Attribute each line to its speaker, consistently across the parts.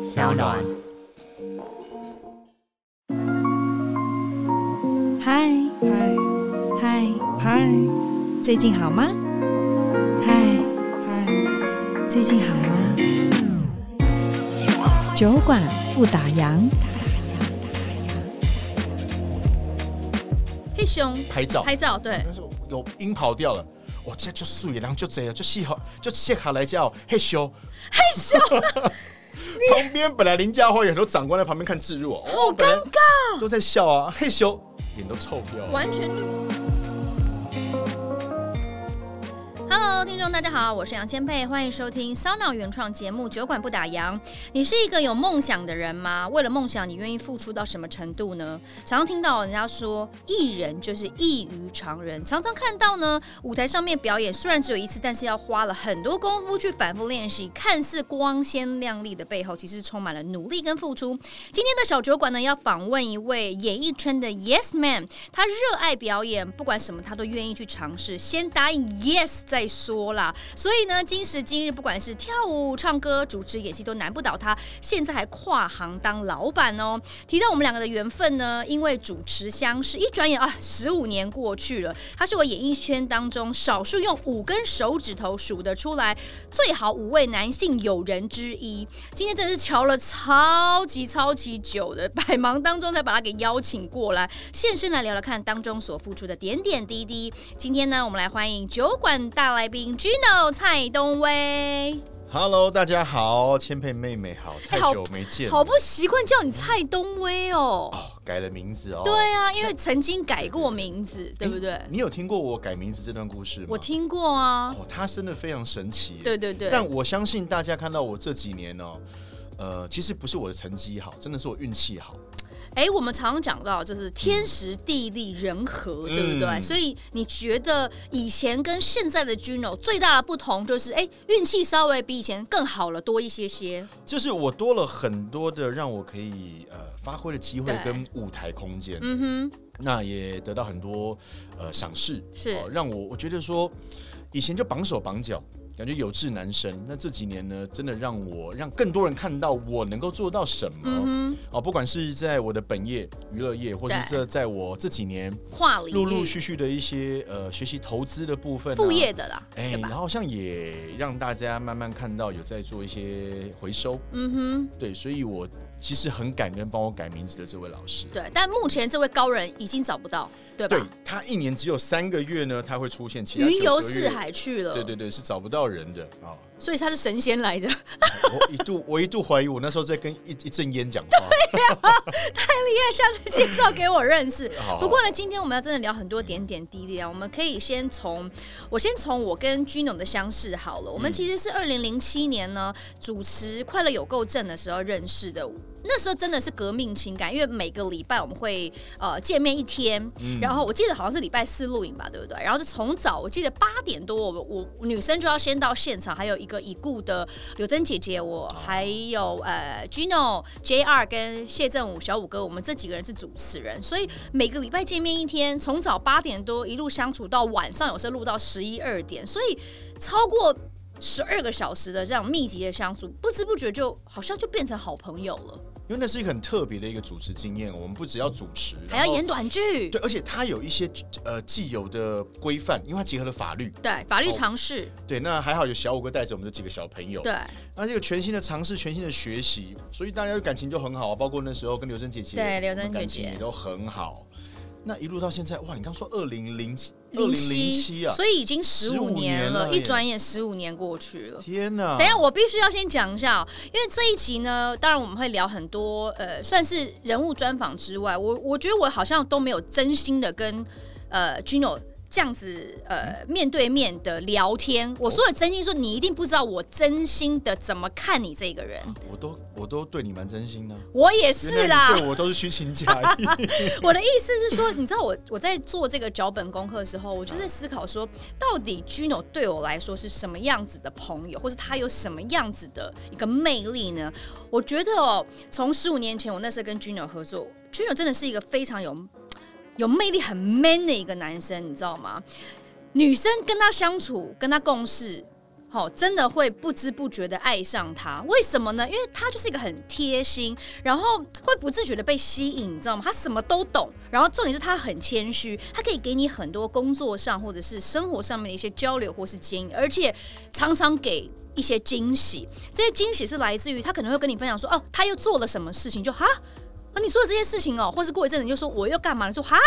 Speaker 1: 小暖。
Speaker 2: 嗨
Speaker 3: 嗨
Speaker 2: 嗨，
Speaker 3: 嗨
Speaker 2: 最近好吗？嗨，
Speaker 3: 嗨，
Speaker 2: 最近好吗？酒馆不打烊。
Speaker 4: 嘿熊
Speaker 5: 拍照，
Speaker 4: 拍照，对，
Speaker 5: 但是有音跑掉了。我这就素颜，然后就这样，就细好，就卸下来叫嘿咻，
Speaker 4: 嘿熊，
Speaker 5: 旁边本来林家花有很多长官在旁边看置入，
Speaker 4: 好
Speaker 5: 哦，
Speaker 4: 尴尬，
Speaker 5: 都在笑啊，嘿咻，脸都臭掉了。
Speaker 4: 完全就。Hello，听众大家好，我是杨千佩，欢迎收听骚脑原创节目《酒馆不打烊》。你是一个有梦想的人吗？为了梦想，你愿意付出到什么程度呢？常常听到人家说艺人就是异于常人，常常看到呢舞台上面表演虽然只有一次，但是要花了很多功夫去反复练习。看似光鲜亮丽的背后，其实充满了努力跟付出。今天的小酒馆呢，要访问一位演艺圈的 Yes Man，他热爱表演，不管什么他都愿意去尝试，先答应 Yes 再说啦。所以呢，今时今日，不管是跳舞、唱歌、主持、演戏，都难不倒他。现在还跨行当老板哦。提到我们两个的缘分呢，因为主持相识，一转眼啊，十五年过去了。他是我演艺圈当中少数用五根手指头数得出来最好五位男性友人之一。今天真的是瞧了超级超级久的，百忙当中才把他给邀请过来，现身来聊聊看当中所付出的点点滴滴。今天呢，我们来欢迎酒馆大来宾 Gino 蔡东威。
Speaker 5: Hello，大家好，千佩妹妹好，太
Speaker 4: 好
Speaker 5: 久没见了，
Speaker 4: 好不习惯叫你蔡东威哦。
Speaker 5: 哦，改了名字哦。
Speaker 4: 对啊，因为曾经改过名
Speaker 5: 哎
Speaker 4: 字，对不对？
Speaker 5: 你有听过我改名字这段故事吗？
Speaker 4: 我听过啊。
Speaker 5: 哦，他真的非常神奇。
Speaker 4: 对对对，
Speaker 5: 但我相信大家看到我这几年哦，呃，其实不是我的成绩好，真的是我运气好。
Speaker 4: 哎、我们常常讲到就是天时地利人和，
Speaker 5: 嗯
Speaker 4: 对不对？
Speaker 5: 嗯
Speaker 4: 所以你觉得以前跟现在的 Gino 最大的不同就是，哎、运气稍微比以前更好了多一些些。
Speaker 5: 就是我多了很多的让我可以呃发挥的机会
Speaker 4: 对
Speaker 5: 跟舞台空间，
Speaker 4: 嗯哼，
Speaker 5: 那也得到很多呃赏识，
Speaker 4: 是
Speaker 5: 哦让我我觉得说以前就绑手绑脚。感觉有志难伸，那这几年呢，真的让我让更多人看到我能够做到什么、
Speaker 4: 嗯
Speaker 5: 哦，不管是在我的本业、娱乐业，或是
Speaker 4: 对
Speaker 5: 这在我这几年
Speaker 4: 哼，跨领域
Speaker 5: 陆陆续续的一些呃学习投资的部分、啊，
Speaker 4: 副业的啦，
Speaker 5: 哎、
Speaker 4: 对
Speaker 5: 然
Speaker 4: 吧？
Speaker 5: 后像也让大家慢慢看到有在做一些回收，
Speaker 4: 嗯哼，
Speaker 5: 对，所以我其实很感恩帮我改名字的这位老师。
Speaker 4: 对。但目前这位高人已经找不到，对吧
Speaker 5: 对？他一年只有三个月呢，他会出现，其他
Speaker 4: 云
Speaker 5: 九
Speaker 4: 游
Speaker 5: 个
Speaker 4: 四
Speaker 5: 月。
Speaker 4: 海去了，
Speaker 5: 对对对，是找不到人 的啊、
Speaker 4: 所以他是神仙来着。
Speaker 5: 我一度我一度怀疑我那时候在跟一一阵烟讲话。
Speaker 4: 下次 介绍给我认识
Speaker 5: 好。
Speaker 4: 不过呢，今天我们要真的聊很多点点滴滴啊。我们可以先从我先从我跟 Gino 的相识好了。我
Speaker 5: 嗯
Speaker 4: 们其实是二零零七年呢主持《快乐有够证》的时候认识的。那时候真的是革命情感，因为每个礼拜我们会呃见面一天，然后我记得好像是礼拜四录影吧，对不对？然后是从早，我记得八点多，我们我我女生就要先到现场，还有一个已故的柳珍姐姐，我还有呃 Gino、JR 跟谢振武、小五哥，我们这几个人是主持人，所以每个礼拜见面一天，从早八点多一路相处到晚上，有时候录到十一二点，所以超过。十二个小时的这样密集的相处，不知不觉就好像就变成好朋友了，
Speaker 5: 因为那是一个很特别的一个主持经验，我们不只要主持，
Speaker 4: 还
Speaker 5: 然
Speaker 4: 要
Speaker 5: 后
Speaker 4: 演短剧，
Speaker 5: 对，而且它有一些呃既有的规范，因为它结合了法律。
Speaker 4: 对，法律常识，
Speaker 5: 对，那还好有小五哥带着我们这几个小朋友，
Speaker 4: 对，
Speaker 5: 那这个全新的尝试，全新的学习，所以大家的感情就很好啊。包括那时候跟刘真姐姐，
Speaker 4: 对刘
Speaker 5: 我们
Speaker 4: 真姐
Speaker 5: 感情
Speaker 4: 姐
Speaker 5: 也都很好。那一路到现在，哇，你刚说二零零二零
Speaker 4: 零
Speaker 5: 零七啊，
Speaker 4: 所以已经十
Speaker 5: 15
Speaker 4: 五年
Speaker 5: 年
Speaker 4: 了，
Speaker 5: 了
Speaker 4: 一
Speaker 5: 耶啊
Speaker 4: 转眼十五年过去了。
Speaker 5: 天哪！
Speaker 4: 等一下，我必须要先讲一下哦、因为这一集呢，当然我们会聊很多，呃，算是人物专访之外，我我觉得我好像都没有真心的跟呃 Gino 这样子呃面对面的聊天。我说的真心，说你一定不知道我真心的怎么看你这个人。
Speaker 5: 我都我都对你蛮真心的，
Speaker 4: 我也是
Speaker 5: 原来
Speaker 4: 啦
Speaker 5: 你，对我都是虚情假意。
Speaker 4: 我的意思是说，你知道我 我在做这个脚本功课的时候，我就在思考说，到底 Gino 对我来说是什么样子的朋友，或是他有什么样子的一个魅力呢？我觉得哦，从十五年前我那时候跟 Gino 合作，Gino 真的是一个非常有有魅力、很 man 的一个男生，你知道吗？女生跟他相处、跟他共事，好、真的会不知不觉的爱上他。为什么呢？因为他就是一个很贴心，然后会不自觉的被吸引，你知道吗？他什么都懂，然后重点是他很谦虚，他可以给你很多工作上或者是生活上面的一些交流或是建议，而且常常给。一些惊喜，这些惊喜是来自于他可能会跟你分享说，哦，他又做了什么事情，就哈，啊，你做了这件事情哦，或是过一阵子你就说我又干嘛了，你说哈，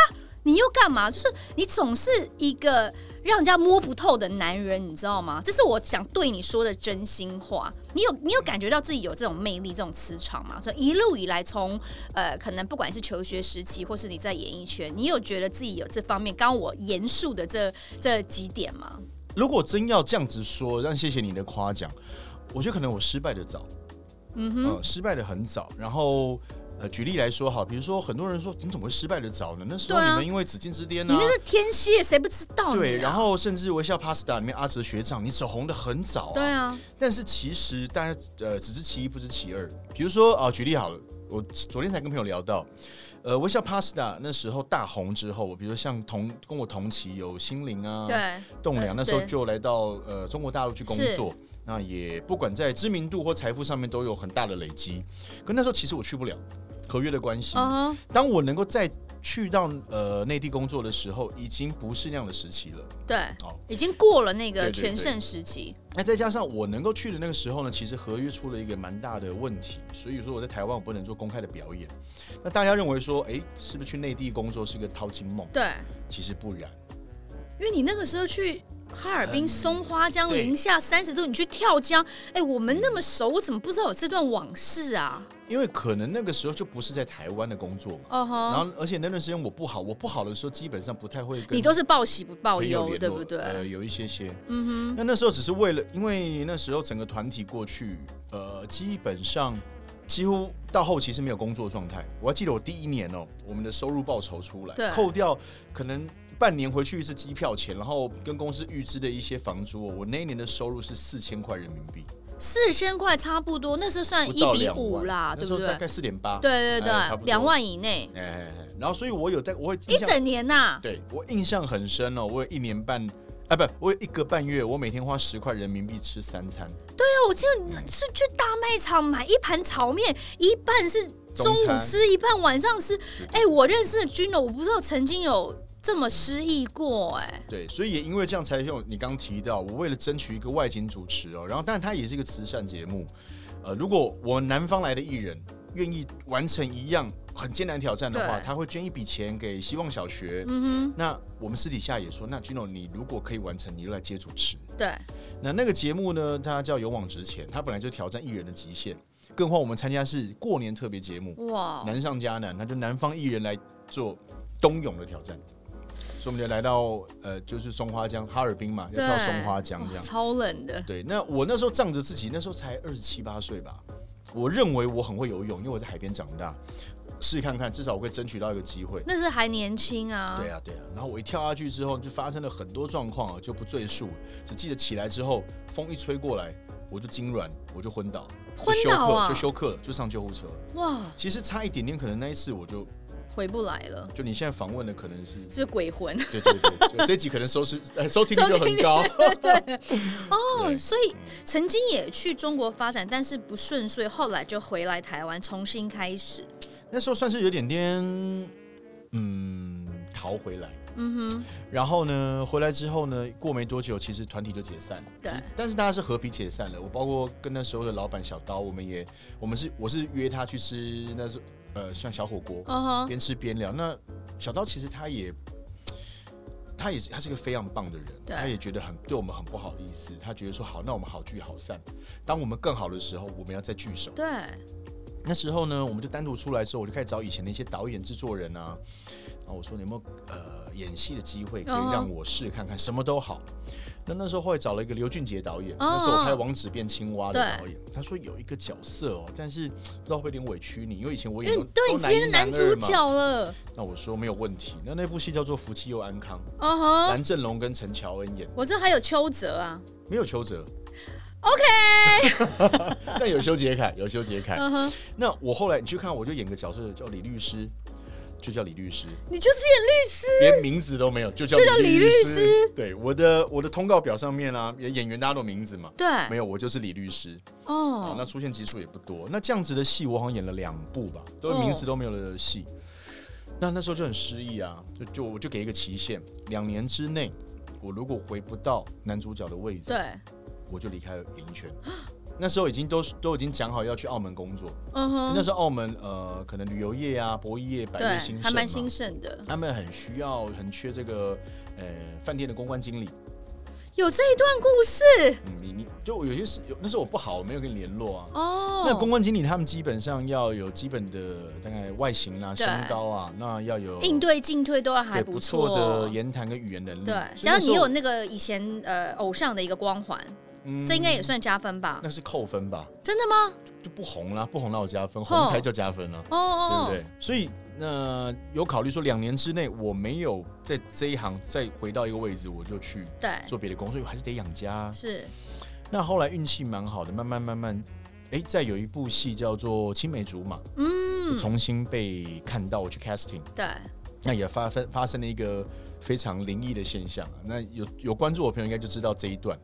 Speaker 4: 你又干嘛？就是你总是一个让人家摸不透的男人，你知道吗？这是我想对你说的真心话。你有你有感觉到自己有这种魅力、这种磁场吗？所以一路以来从，呃，可能不管是求学时期，或是你在演艺圈，你有觉得自己有这方面？刚刚我严肃的这这几点吗？
Speaker 5: 如果真要这样子说，但谢谢你的夸奖，我觉得可能我失败的早，
Speaker 4: 嗯
Speaker 5: 嗯、
Speaker 4: 哼，
Speaker 5: 失败的很早。然后，呃，举例来说好，比如说很多人说你怎么会失败的早呢？那时候
Speaker 4: 对
Speaker 5: 你
Speaker 4: 啊
Speaker 5: 们因为紫禁之巅
Speaker 4: 你
Speaker 5: 呢、
Speaker 4: 那是天蝎，谁不知道你、啊？
Speaker 5: 对，然后甚至《微笑 Pasta》里面阿哲学长，你走红的很早、啊，
Speaker 4: 对啊，
Speaker 5: 但是其实大家呃只是其一不知其二。比如说啊、举例好了，我昨天才跟朋友聊到，呃，微笑 Pasta 那时候大红之后，我比如说像同跟我同期有心灵啊、
Speaker 4: 对，
Speaker 5: 栋梁，
Speaker 4: 呃
Speaker 5: 那时候
Speaker 4: 对
Speaker 5: 就来到呃中国大陆去工作。那也不管在知名度或财富上面都有很大的累积，可那时候其实我去不了，合约的关系。
Speaker 4: 嗯哼，
Speaker 5: 当我能够再去到呃内地工作的时候，已经不是那样的时期了。哦
Speaker 4: 对
Speaker 5: 好，
Speaker 4: 已经过了那
Speaker 5: 对对
Speaker 4: 个全
Speaker 5: 对
Speaker 4: 盛时期，
Speaker 5: 那再加上我能够去的那个时候呢，其实合约出了一个蛮大的问题，所以说我在台湾我不能做公开的表演。那大家认为说，诶，是不是去内地工作是个淘金梦？
Speaker 4: 对。
Speaker 5: 其实不然，
Speaker 4: 因为你那个时候去哈尔滨松花江
Speaker 5: 对
Speaker 4: 零下三十度，你去跳江，哎、我们那么熟，我怎么不知道有这段往事啊？
Speaker 5: 因为可能那个时候就不是在台湾的工作嘛。
Speaker 4: 哦吼，
Speaker 5: 嗯然后，而且那段时间我不好，我不好的时候基本上不太会跟
Speaker 4: 你都是报喜不报
Speaker 5: 朋友
Speaker 4: 忧，
Speaker 5: 联
Speaker 4: 哦对
Speaker 5: 络
Speaker 4: 不对？
Speaker 5: 呃，有一些些。
Speaker 4: 嗯
Speaker 5: 那那时候只是为了，因为那时候整个团体过去，呃，基本上几乎到后期是没有工作状态。我还记得我第一年哦、我们的收入报酬出来
Speaker 4: 对，
Speaker 5: 扣掉可能半年回去一次机票钱，然后跟公司预支的一些房租哦、我那一年的收入是四千块人民币，
Speaker 4: 哼，四千块差不多，那是算
Speaker 5: 不
Speaker 4: 一
Speaker 5: 到
Speaker 4: 比
Speaker 5: 两
Speaker 4: 五
Speaker 5: 万
Speaker 4: 啦，
Speaker 5: 那
Speaker 4: 对
Speaker 5: 时候
Speaker 4: 不对
Speaker 5: 大？概四点八，
Speaker 4: 对对
Speaker 5: 哎差不多
Speaker 4: 对，两万以内，
Speaker 5: 哎，哎哎然后所以我有在，我会
Speaker 4: 一
Speaker 5: 印象
Speaker 4: 整年呐、
Speaker 5: 对我印象很深哦、我有一年半。啊，不，我有一个半月，我每天花十块人民币吃三餐，
Speaker 4: 对啊，我记得你是去大卖场买一盘炒面，一半是
Speaker 5: 中
Speaker 4: 中午
Speaker 5: 餐
Speaker 4: 吃，一半晚上吃。
Speaker 5: 对
Speaker 4: 哎、我认识的君柔，我不知道曾经有这么失忆过、哎。
Speaker 5: 对，所以也因为这样才有你刚提到，我为了争取一个外景主持哦，然后但它也是一个慈善节目，呃，如果我们南方来的艺人愿意完成一样很艰难挑战的话，
Speaker 4: 对
Speaker 5: 他会捐一笔钱给希望小学。
Speaker 4: 嗯
Speaker 5: 那我们私底下也说，那 Gino，你如果可以完成，你就来接主持。
Speaker 4: 哼，对，
Speaker 5: 那那个节目呢，它叫《勇往直前》，它本来就挑战艺人的极限，更何况我们参加是过年特别节目，
Speaker 4: 哇，
Speaker 5: 难上加难，那就南方艺人来做冬泳的挑战。所以我们就来到呃，就是松花江哈尔滨嘛，要
Speaker 4: 对，
Speaker 5: 到松花江这
Speaker 4: 哇
Speaker 5: 样。
Speaker 4: 超冷的，
Speaker 5: 对，那我那时候仗着自己那时候才二十七八岁吧，我认为我很会游泳，因为我在海边长大，试看看，至少我会争取到一个机会。
Speaker 4: 那时候还年轻啊，
Speaker 5: 对啊，对啊。然后我一跳下去之后，就发生了很多状况啊，就不赘述了，只记得起来之后，风一吹过来，我就痉挛，我就昏倒，就
Speaker 4: 昏
Speaker 5: 休
Speaker 4: 倒
Speaker 5: 克
Speaker 4: 啊
Speaker 5: 就休克了，就上救护车了。
Speaker 4: 哇，
Speaker 5: 其实差一点点，可能那一次我就
Speaker 4: 回不来了，
Speaker 5: 就你现在访问的可能是，
Speaker 4: 是鬼魂
Speaker 5: 对对对， 就这集可能收视呃收听率就很 高，
Speaker 4: 哦，
Speaker 5: 对
Speaker 4: 所以曾经也去中国发展，但是不顺遂，后来就回来台湾重新开始，
Speaker 5: 那时候算是有点点，嗯，逃回来。
Speaker 4: 嗯哼，
Speaker 5: 然后呢，回来之后呢，过没多久，其实团体就解散了。
Speaker 4: 对，
Speaker 5: 但是大家是和平解散了。我包括跟那时候的老板小刀，我们也，我们是我是约他去吃那时候呃算小火锅，
Speaker 4: 哦吼，
Speaker 5: 边吃边聊。那小刀其实他也，他也是他是个非常棒的人，
Speaker 4: 对
Speaker 5: 他也觉得很对我们很不好意思。他觉得说好，那我们好聚好散。当我们更好的时候，我们要再聚首。
Speaker 4: 对，
Speaker 5: 那时候呢，我们就单独出来的时候，我就开始找以前的一些导演、制作人啊，啊，我说你有没有呃演戏的机会可以
Speaker 4: 哦
Speaker 5: 让我试看看，什么都好。那那时候后来找了一个刘俊杰导演，
Speaker 4: 哦
Speaker 5: 那时候我拍《王子变青蛙》的
Speaker 4: 对
Speaker 5: 导演，他说有一个角色哦，但是不知道会不会有点委屈你，因为以前我
Speaker 4: 因
Speaker 5: 演
Speaker 4: 为
Speaker 5: 都
Speaker 4: 哎对你
Speaker 5: 都
Speaker 4: 直接是
Speaker 5: 一
Speaker 4: 男
Speaker 5: 二
Speaker 4: 主
Speaker 5: 嘛
Speaker 4: 角了，
Speaker 5: 那我说没有问题。那那部戏叫做《福气又安康》，
Speaker 4: 哦吼，
Speaker 5: 蓝正龙跟陈乔恩演，
Speaker 4: 我这还有邱泽啊，
Speaker 5: 没有邱泽。OK，但有修杰楷，有修杰楷。
Speaker 4: 嗯哼，
Speaker 5: 那我后来你去看，我就演个角色叫李律师，就叫李律师，
Speaker 4: 你就是演律师，
Speaker 5: 连名字都没有，就叫
Speaker 4: 就叫李律
Speaker 5: 师。
Speaker 4: 师
Speaker 5: 对，我的我的通告表上面啊，也演员大家都有名字嘛，没
Speaker 4: 对，
Speaker 5: 有，我就是李律师。哦，
Speaker 4: 哦，
Speaker 5: 那出现集数也不多。那这样子的戏，我好像演了两部吧，都
Speaker 4: 哦
Speaker 5: 是名字都没有的戏。那那时候就很失意啊，就就我就给一个期限，两年之内，我如果回不到男主角的位置，
Speaker 4: 对，
Speaker 5: 我就离开演艺圈。那时候已经都都已经讲好要去澳门工作，
Speaker 4: 嗯
Speaker 5: 那
Speaker 4: 哼，
Speaker 5: 时候澳门呃，可能旅游业啊、博弈业、百业兴
Speaker 4: 对，还
Speaker 5: 盛
Speaker 4: 蛮
Speaker 5: 嘛，
Speaker 4: 兴盛的，
Speaker 5: 他们很需要、很缺这个呃饭店的公关经理。
Speaker 4: 有这一段故事
Speaker 5: 嗯，你你就有些事，有那时候我不好，我没有跟你联络啊。
Speaker 4: 哦。
Speaker 5: 那公关经理他们基本上要有基本的大概外形啊、
Speaker 4: 对
Speaker 5: 身高啊，那要有
Speaker 4: 应对进退都还
Speaker 5: 对
Speaker 4: 不
Speaker 5: 不错的
Speaker 4: 演
Speaker 5: 言谈跟语言能力。
Speaker 4: 对
Speaker 5: 嗯所以，那
Speaker 4: 加上
Speaker 5: 时
Speaker 4: 你
Speaker 5: 候
Speaker 4: 有，那个以前呃偶像的一个光环，
Speaker 5: 嗯
Speaker 4: 这应该也算加分吧？
Speaker 5: 那是扣分吧？
Speaker 4: 真的吗？
Speaker 5: 就不红啦，不红那有加分，
Speaker 4: 哦
Speaker 5: 红才叫加分啊。
Speaker 4: 哦
Speaker 5: 对
Speaker 4: 哦
Speaker 5: 不，
Speaker 4: 哦
Speaker 5: 对？所以那、有考虑说，两年之内我没有在这一行再回到一个位置，我就去
Speaker 4: 对，
Speaker 5: 做别的工作，因为我还是得养家啊、
Speaker 4: 是
Speaker 5: 那后来运气蛮好的，慢慢慢慢，哎，再有一部戏叫做《青梅竹马》，
Speaker 4: 嗯
Speaker 5: 就，重新被看到我去 casting，
Speaker 4: 对，
Speaker 5: 那也发生发生了一个非常灵异的现象啊。那有有关注我的朋友应该就知道这一段。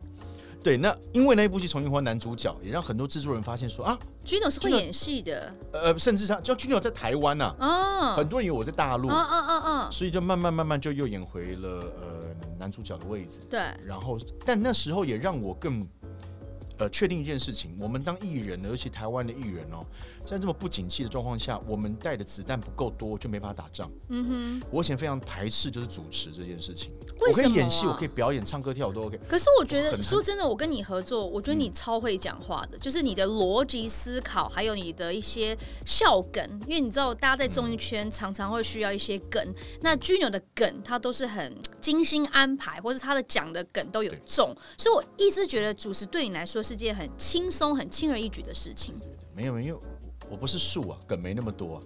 Speaker 5: 对，那因为那一部戏重新换男主角，也让很多制作人发现说啊，
Speaker 4: Gino 是会
Speaker 5: Gino-
Speaker 4: 演戏的
Speaker 5: 呃，甚至他叫 Junior 在台湾呐、
Speaker 4: 哦，
Speaker 5: 很多人以为我在大陆
Speaker 4: 哦，哦哦哦，
Speaker 5: 所以就慢慢慢慢就又演回了呃男主角的位置。
Speaker 4: 对，
Speaker 5: 然后，但那时候也让我更呃确定一件事情：我们当艺人，尤其台湾的艺人哦，在这么不景气的状况下，我们带的子弹不够多，就没法打仗。
Speaker 4: 嗯
Speaker 5: 我以前非常排斥就是主持这件事情，
Speaker 4: 为
Speaker 5: 我可
Speaker 4: 什么啊
Speaker 5: 以演戏，我可以表演、唱歌、跳舞都 OK。
Speaker 4: 哼。可是我觉得
Speaker 5: 很嗯
Speaker 4: 说真的，我跟你合作，我觉得你超会讲话的，就是你的逻辑思考，还有你的一些笑梗，因为你知道大家在综艺圈常常会需要一些
Speaker 5: 嗯
Speaker 4: 梗，那 Gino 的梗他都是很精心安排，或是他的讲的梗都有中，所以我一直觉得主持对你来说是件很轻松、很轻而易举的事情。
Speaker 5: 没有没有，我不是树啊，梗没那么多、啊。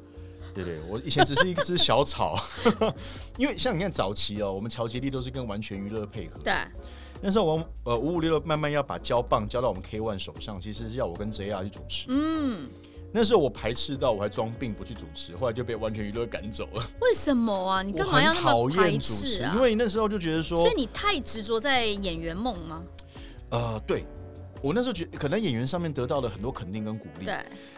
Speaker 5: 对对，我以前只是一只小草， 因为像你看早期哦，我们乔杰力都是跟完全娱乐配合，
Speaker 4: 对，
Speaker 5: 那时候我呃五五六六慢慢要把交棒交到我们 K One 手上，其实是要我跟 JR 去主持。
Speaker 4: 嗯，
Speaker 5: 那时候我排斥到我还装病不去主持，后来就被完全娱乐赶走了。
Speaker 4: 为什么啊？你
Speaker 5: 我
Speaker 4: 干嘛
Speaker 5: 很
Speaker 4: 要那
Speaker 5: 讨
Speaker 4: 么排
Speaker 5: 厌主持，
Speaker 4: 斥啊
Speaker 5: 因？为那时候就觉得说
Speaker 4: 所，以你太执着在演员梦吗？
Speaker 5: 呃，对我那时候觉可能演员上面得到了很多肯定跟鼓励。
Speaker 4: 对，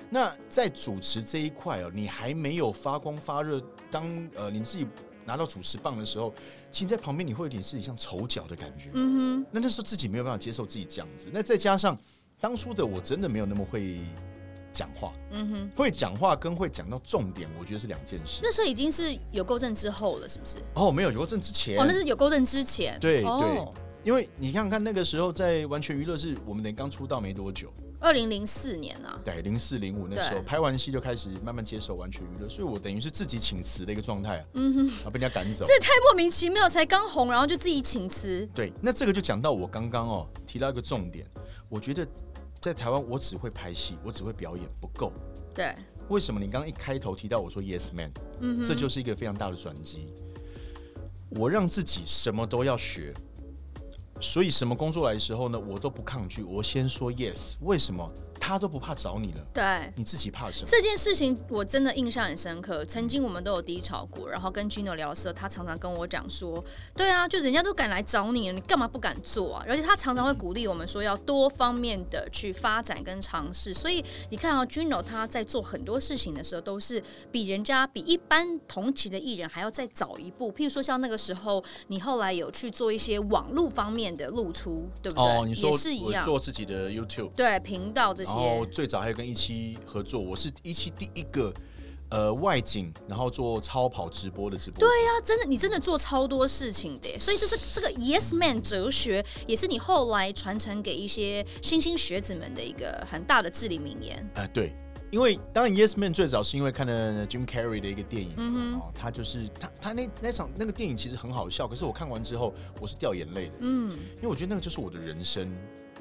Speaker 5: 那在主持这一块哦，你还没有发光发热，当呃你自己拿到主持棒的时候，其实在旁边你会有点自己像丑角的感觉。
Speaker 4: 嗯
Speaker 5: 那那时候自己没有办法接受自己这样子，那再加上当初的我真的没有那么会讲话，
Speaker 4: 哼，嗯哼，
Speaker 5: 会讲话跟会讲到重点，我觉得是两件事。
Speaker 4: 那时候已经是有够证之后了，是不是？
Speaker 5: 哦，没有，有过证之前，
Speaker 4: 哦，那是有够证之前。
Speaker 5: 对
Speaker 4: 哦，
Speaker 5: 因为你看看那个时候在完全娱乐是我们等于刚出道没多久，
Speaker 4: 二零零四年啊，
Speaker 5: 对，零四零五那时候
Speaker 4: 对
Speaker 5: 拍完戏就开始慢慢接手完全娱乐，所以我等于是自己请辞的一个状态啊，
Speaker 4: 嗯哼，
Speaker 5: 然后被人家赶走。
Speaker 4: 这也太莫名其妙，才刚红，然后就自己请辞。
Speaker 5: 对，那这个就讲到我刚刚哦提到一个重点，我觉得在台湾我只会拍戏，我只会表演不够。
Speaker 4: 对，
Speaker 5: 为什么你刚刚一开头提到我说 yes man，、
Speaker 4: 嗯哼，
Speaker 5: 这就是一个非常大的转机。我让自己什么都要学，所以什么工作来的时候呢，我都不抗拒，我先说 yes。为什么他都不怕找你了？
Speaker 4: 对。
Speaker 5: 你自己怕什么？
Speaker 4: 这件事情我真的印象很深刻。曾经我们都有低潮过，然后跟 Gino 聊的时候，他常常跟我讲说：“对啊，就人家都敢来找你了，你干嘛不敢做啊？”而且他常常会鼓励我们说要多方面的去发展跟尝试。所以你看啊，Gino 他在做很多事情的时候，都是比人家比一般同期的艺人还要再早一步。譬如说像那个时候，你后来有去做一些网络方面的露出，对不对？
Speaker 5: 哦，你说
Speaker 4: 也是一
Speaker 5: 我
Speaker 4: 样，
Speaker 5: 做自己的 YouTube，
Speaker 4: 对频道这些
Speaker 5: 然，后最早还有跟一期合作，我是一期第一个呃外景，然后做超跑直播的直播主。对呀、
Speaker 4: 那真的，你真的做超多事情的耶，所以这是这个 Yes Man 哲学，也是你后来传承给一些新兴学子们的一个很大的至理名言。
Speaker 5: 呃，对，因为当然 Yes Man 最早是因为看了 Jim Carrey 的一个电影，
Speaker 4: 嗯
Speaker 5: 哦，他就是他他那那场那个电影其实很好笑，可是我看完之后我是掉眼泪的，
Speaker 4: 嗯，
Speaker 5: 因为我觉得那个就是我的人生。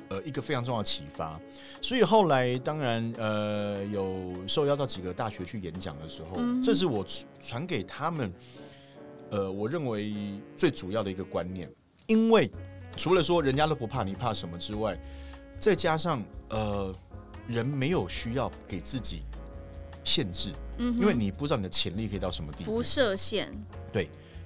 Speaker 5: 呃，一个非常重要的启发，所以后来当然呃有受邀到几个大学去演讲的时候，
Speaker 4: 嗯
Speaker 5: 这是我传传给他们，呃，我认为最主要的一个观念，因为除了说人家都不怕你怕什么之外，再加上呃人没有需要给自己限制，
Speaker 4: 嗯哼，
Speaker 5: 因为你不知道你的潜力可以到什么地步
Speaker 4: 不，设限，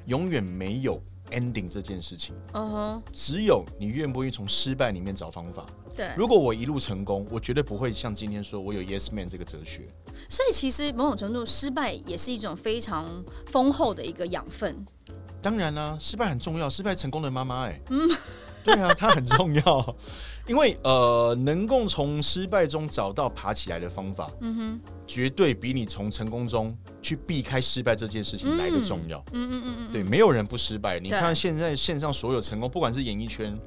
Speaker 5: 永远没有 ending 这件事情，
Speaker 4: 哦
Speaker 5: 只有你愿不愿意从失败里面找方法。
Speaker 4: 吼，对。
Speaker 5: 如果我一路成功，我绝对不会像今天说我有 yes man 这个哲学。
Speaker 4: 所以其实某种程度，失败也是一种非常丰厚的一个养分。
Speaker 5: 当然啦、失败很重要，失败成功的妈妈、哎，嗯， 对啊，它很重要，因为呃，能够从失败中找到爬起来的方法，
Speaker 4: 嗯哼，
Speaker 5: 绝对比你从成功中去避开失败这件事情来的重要。
Speaker 4: 嗯嗯嗯嗯，
Speaker 5: 对，没有人不失败。你
Speaker 4: 对
Speaker 5: 看现在线上所有成功，不管是演艺圈、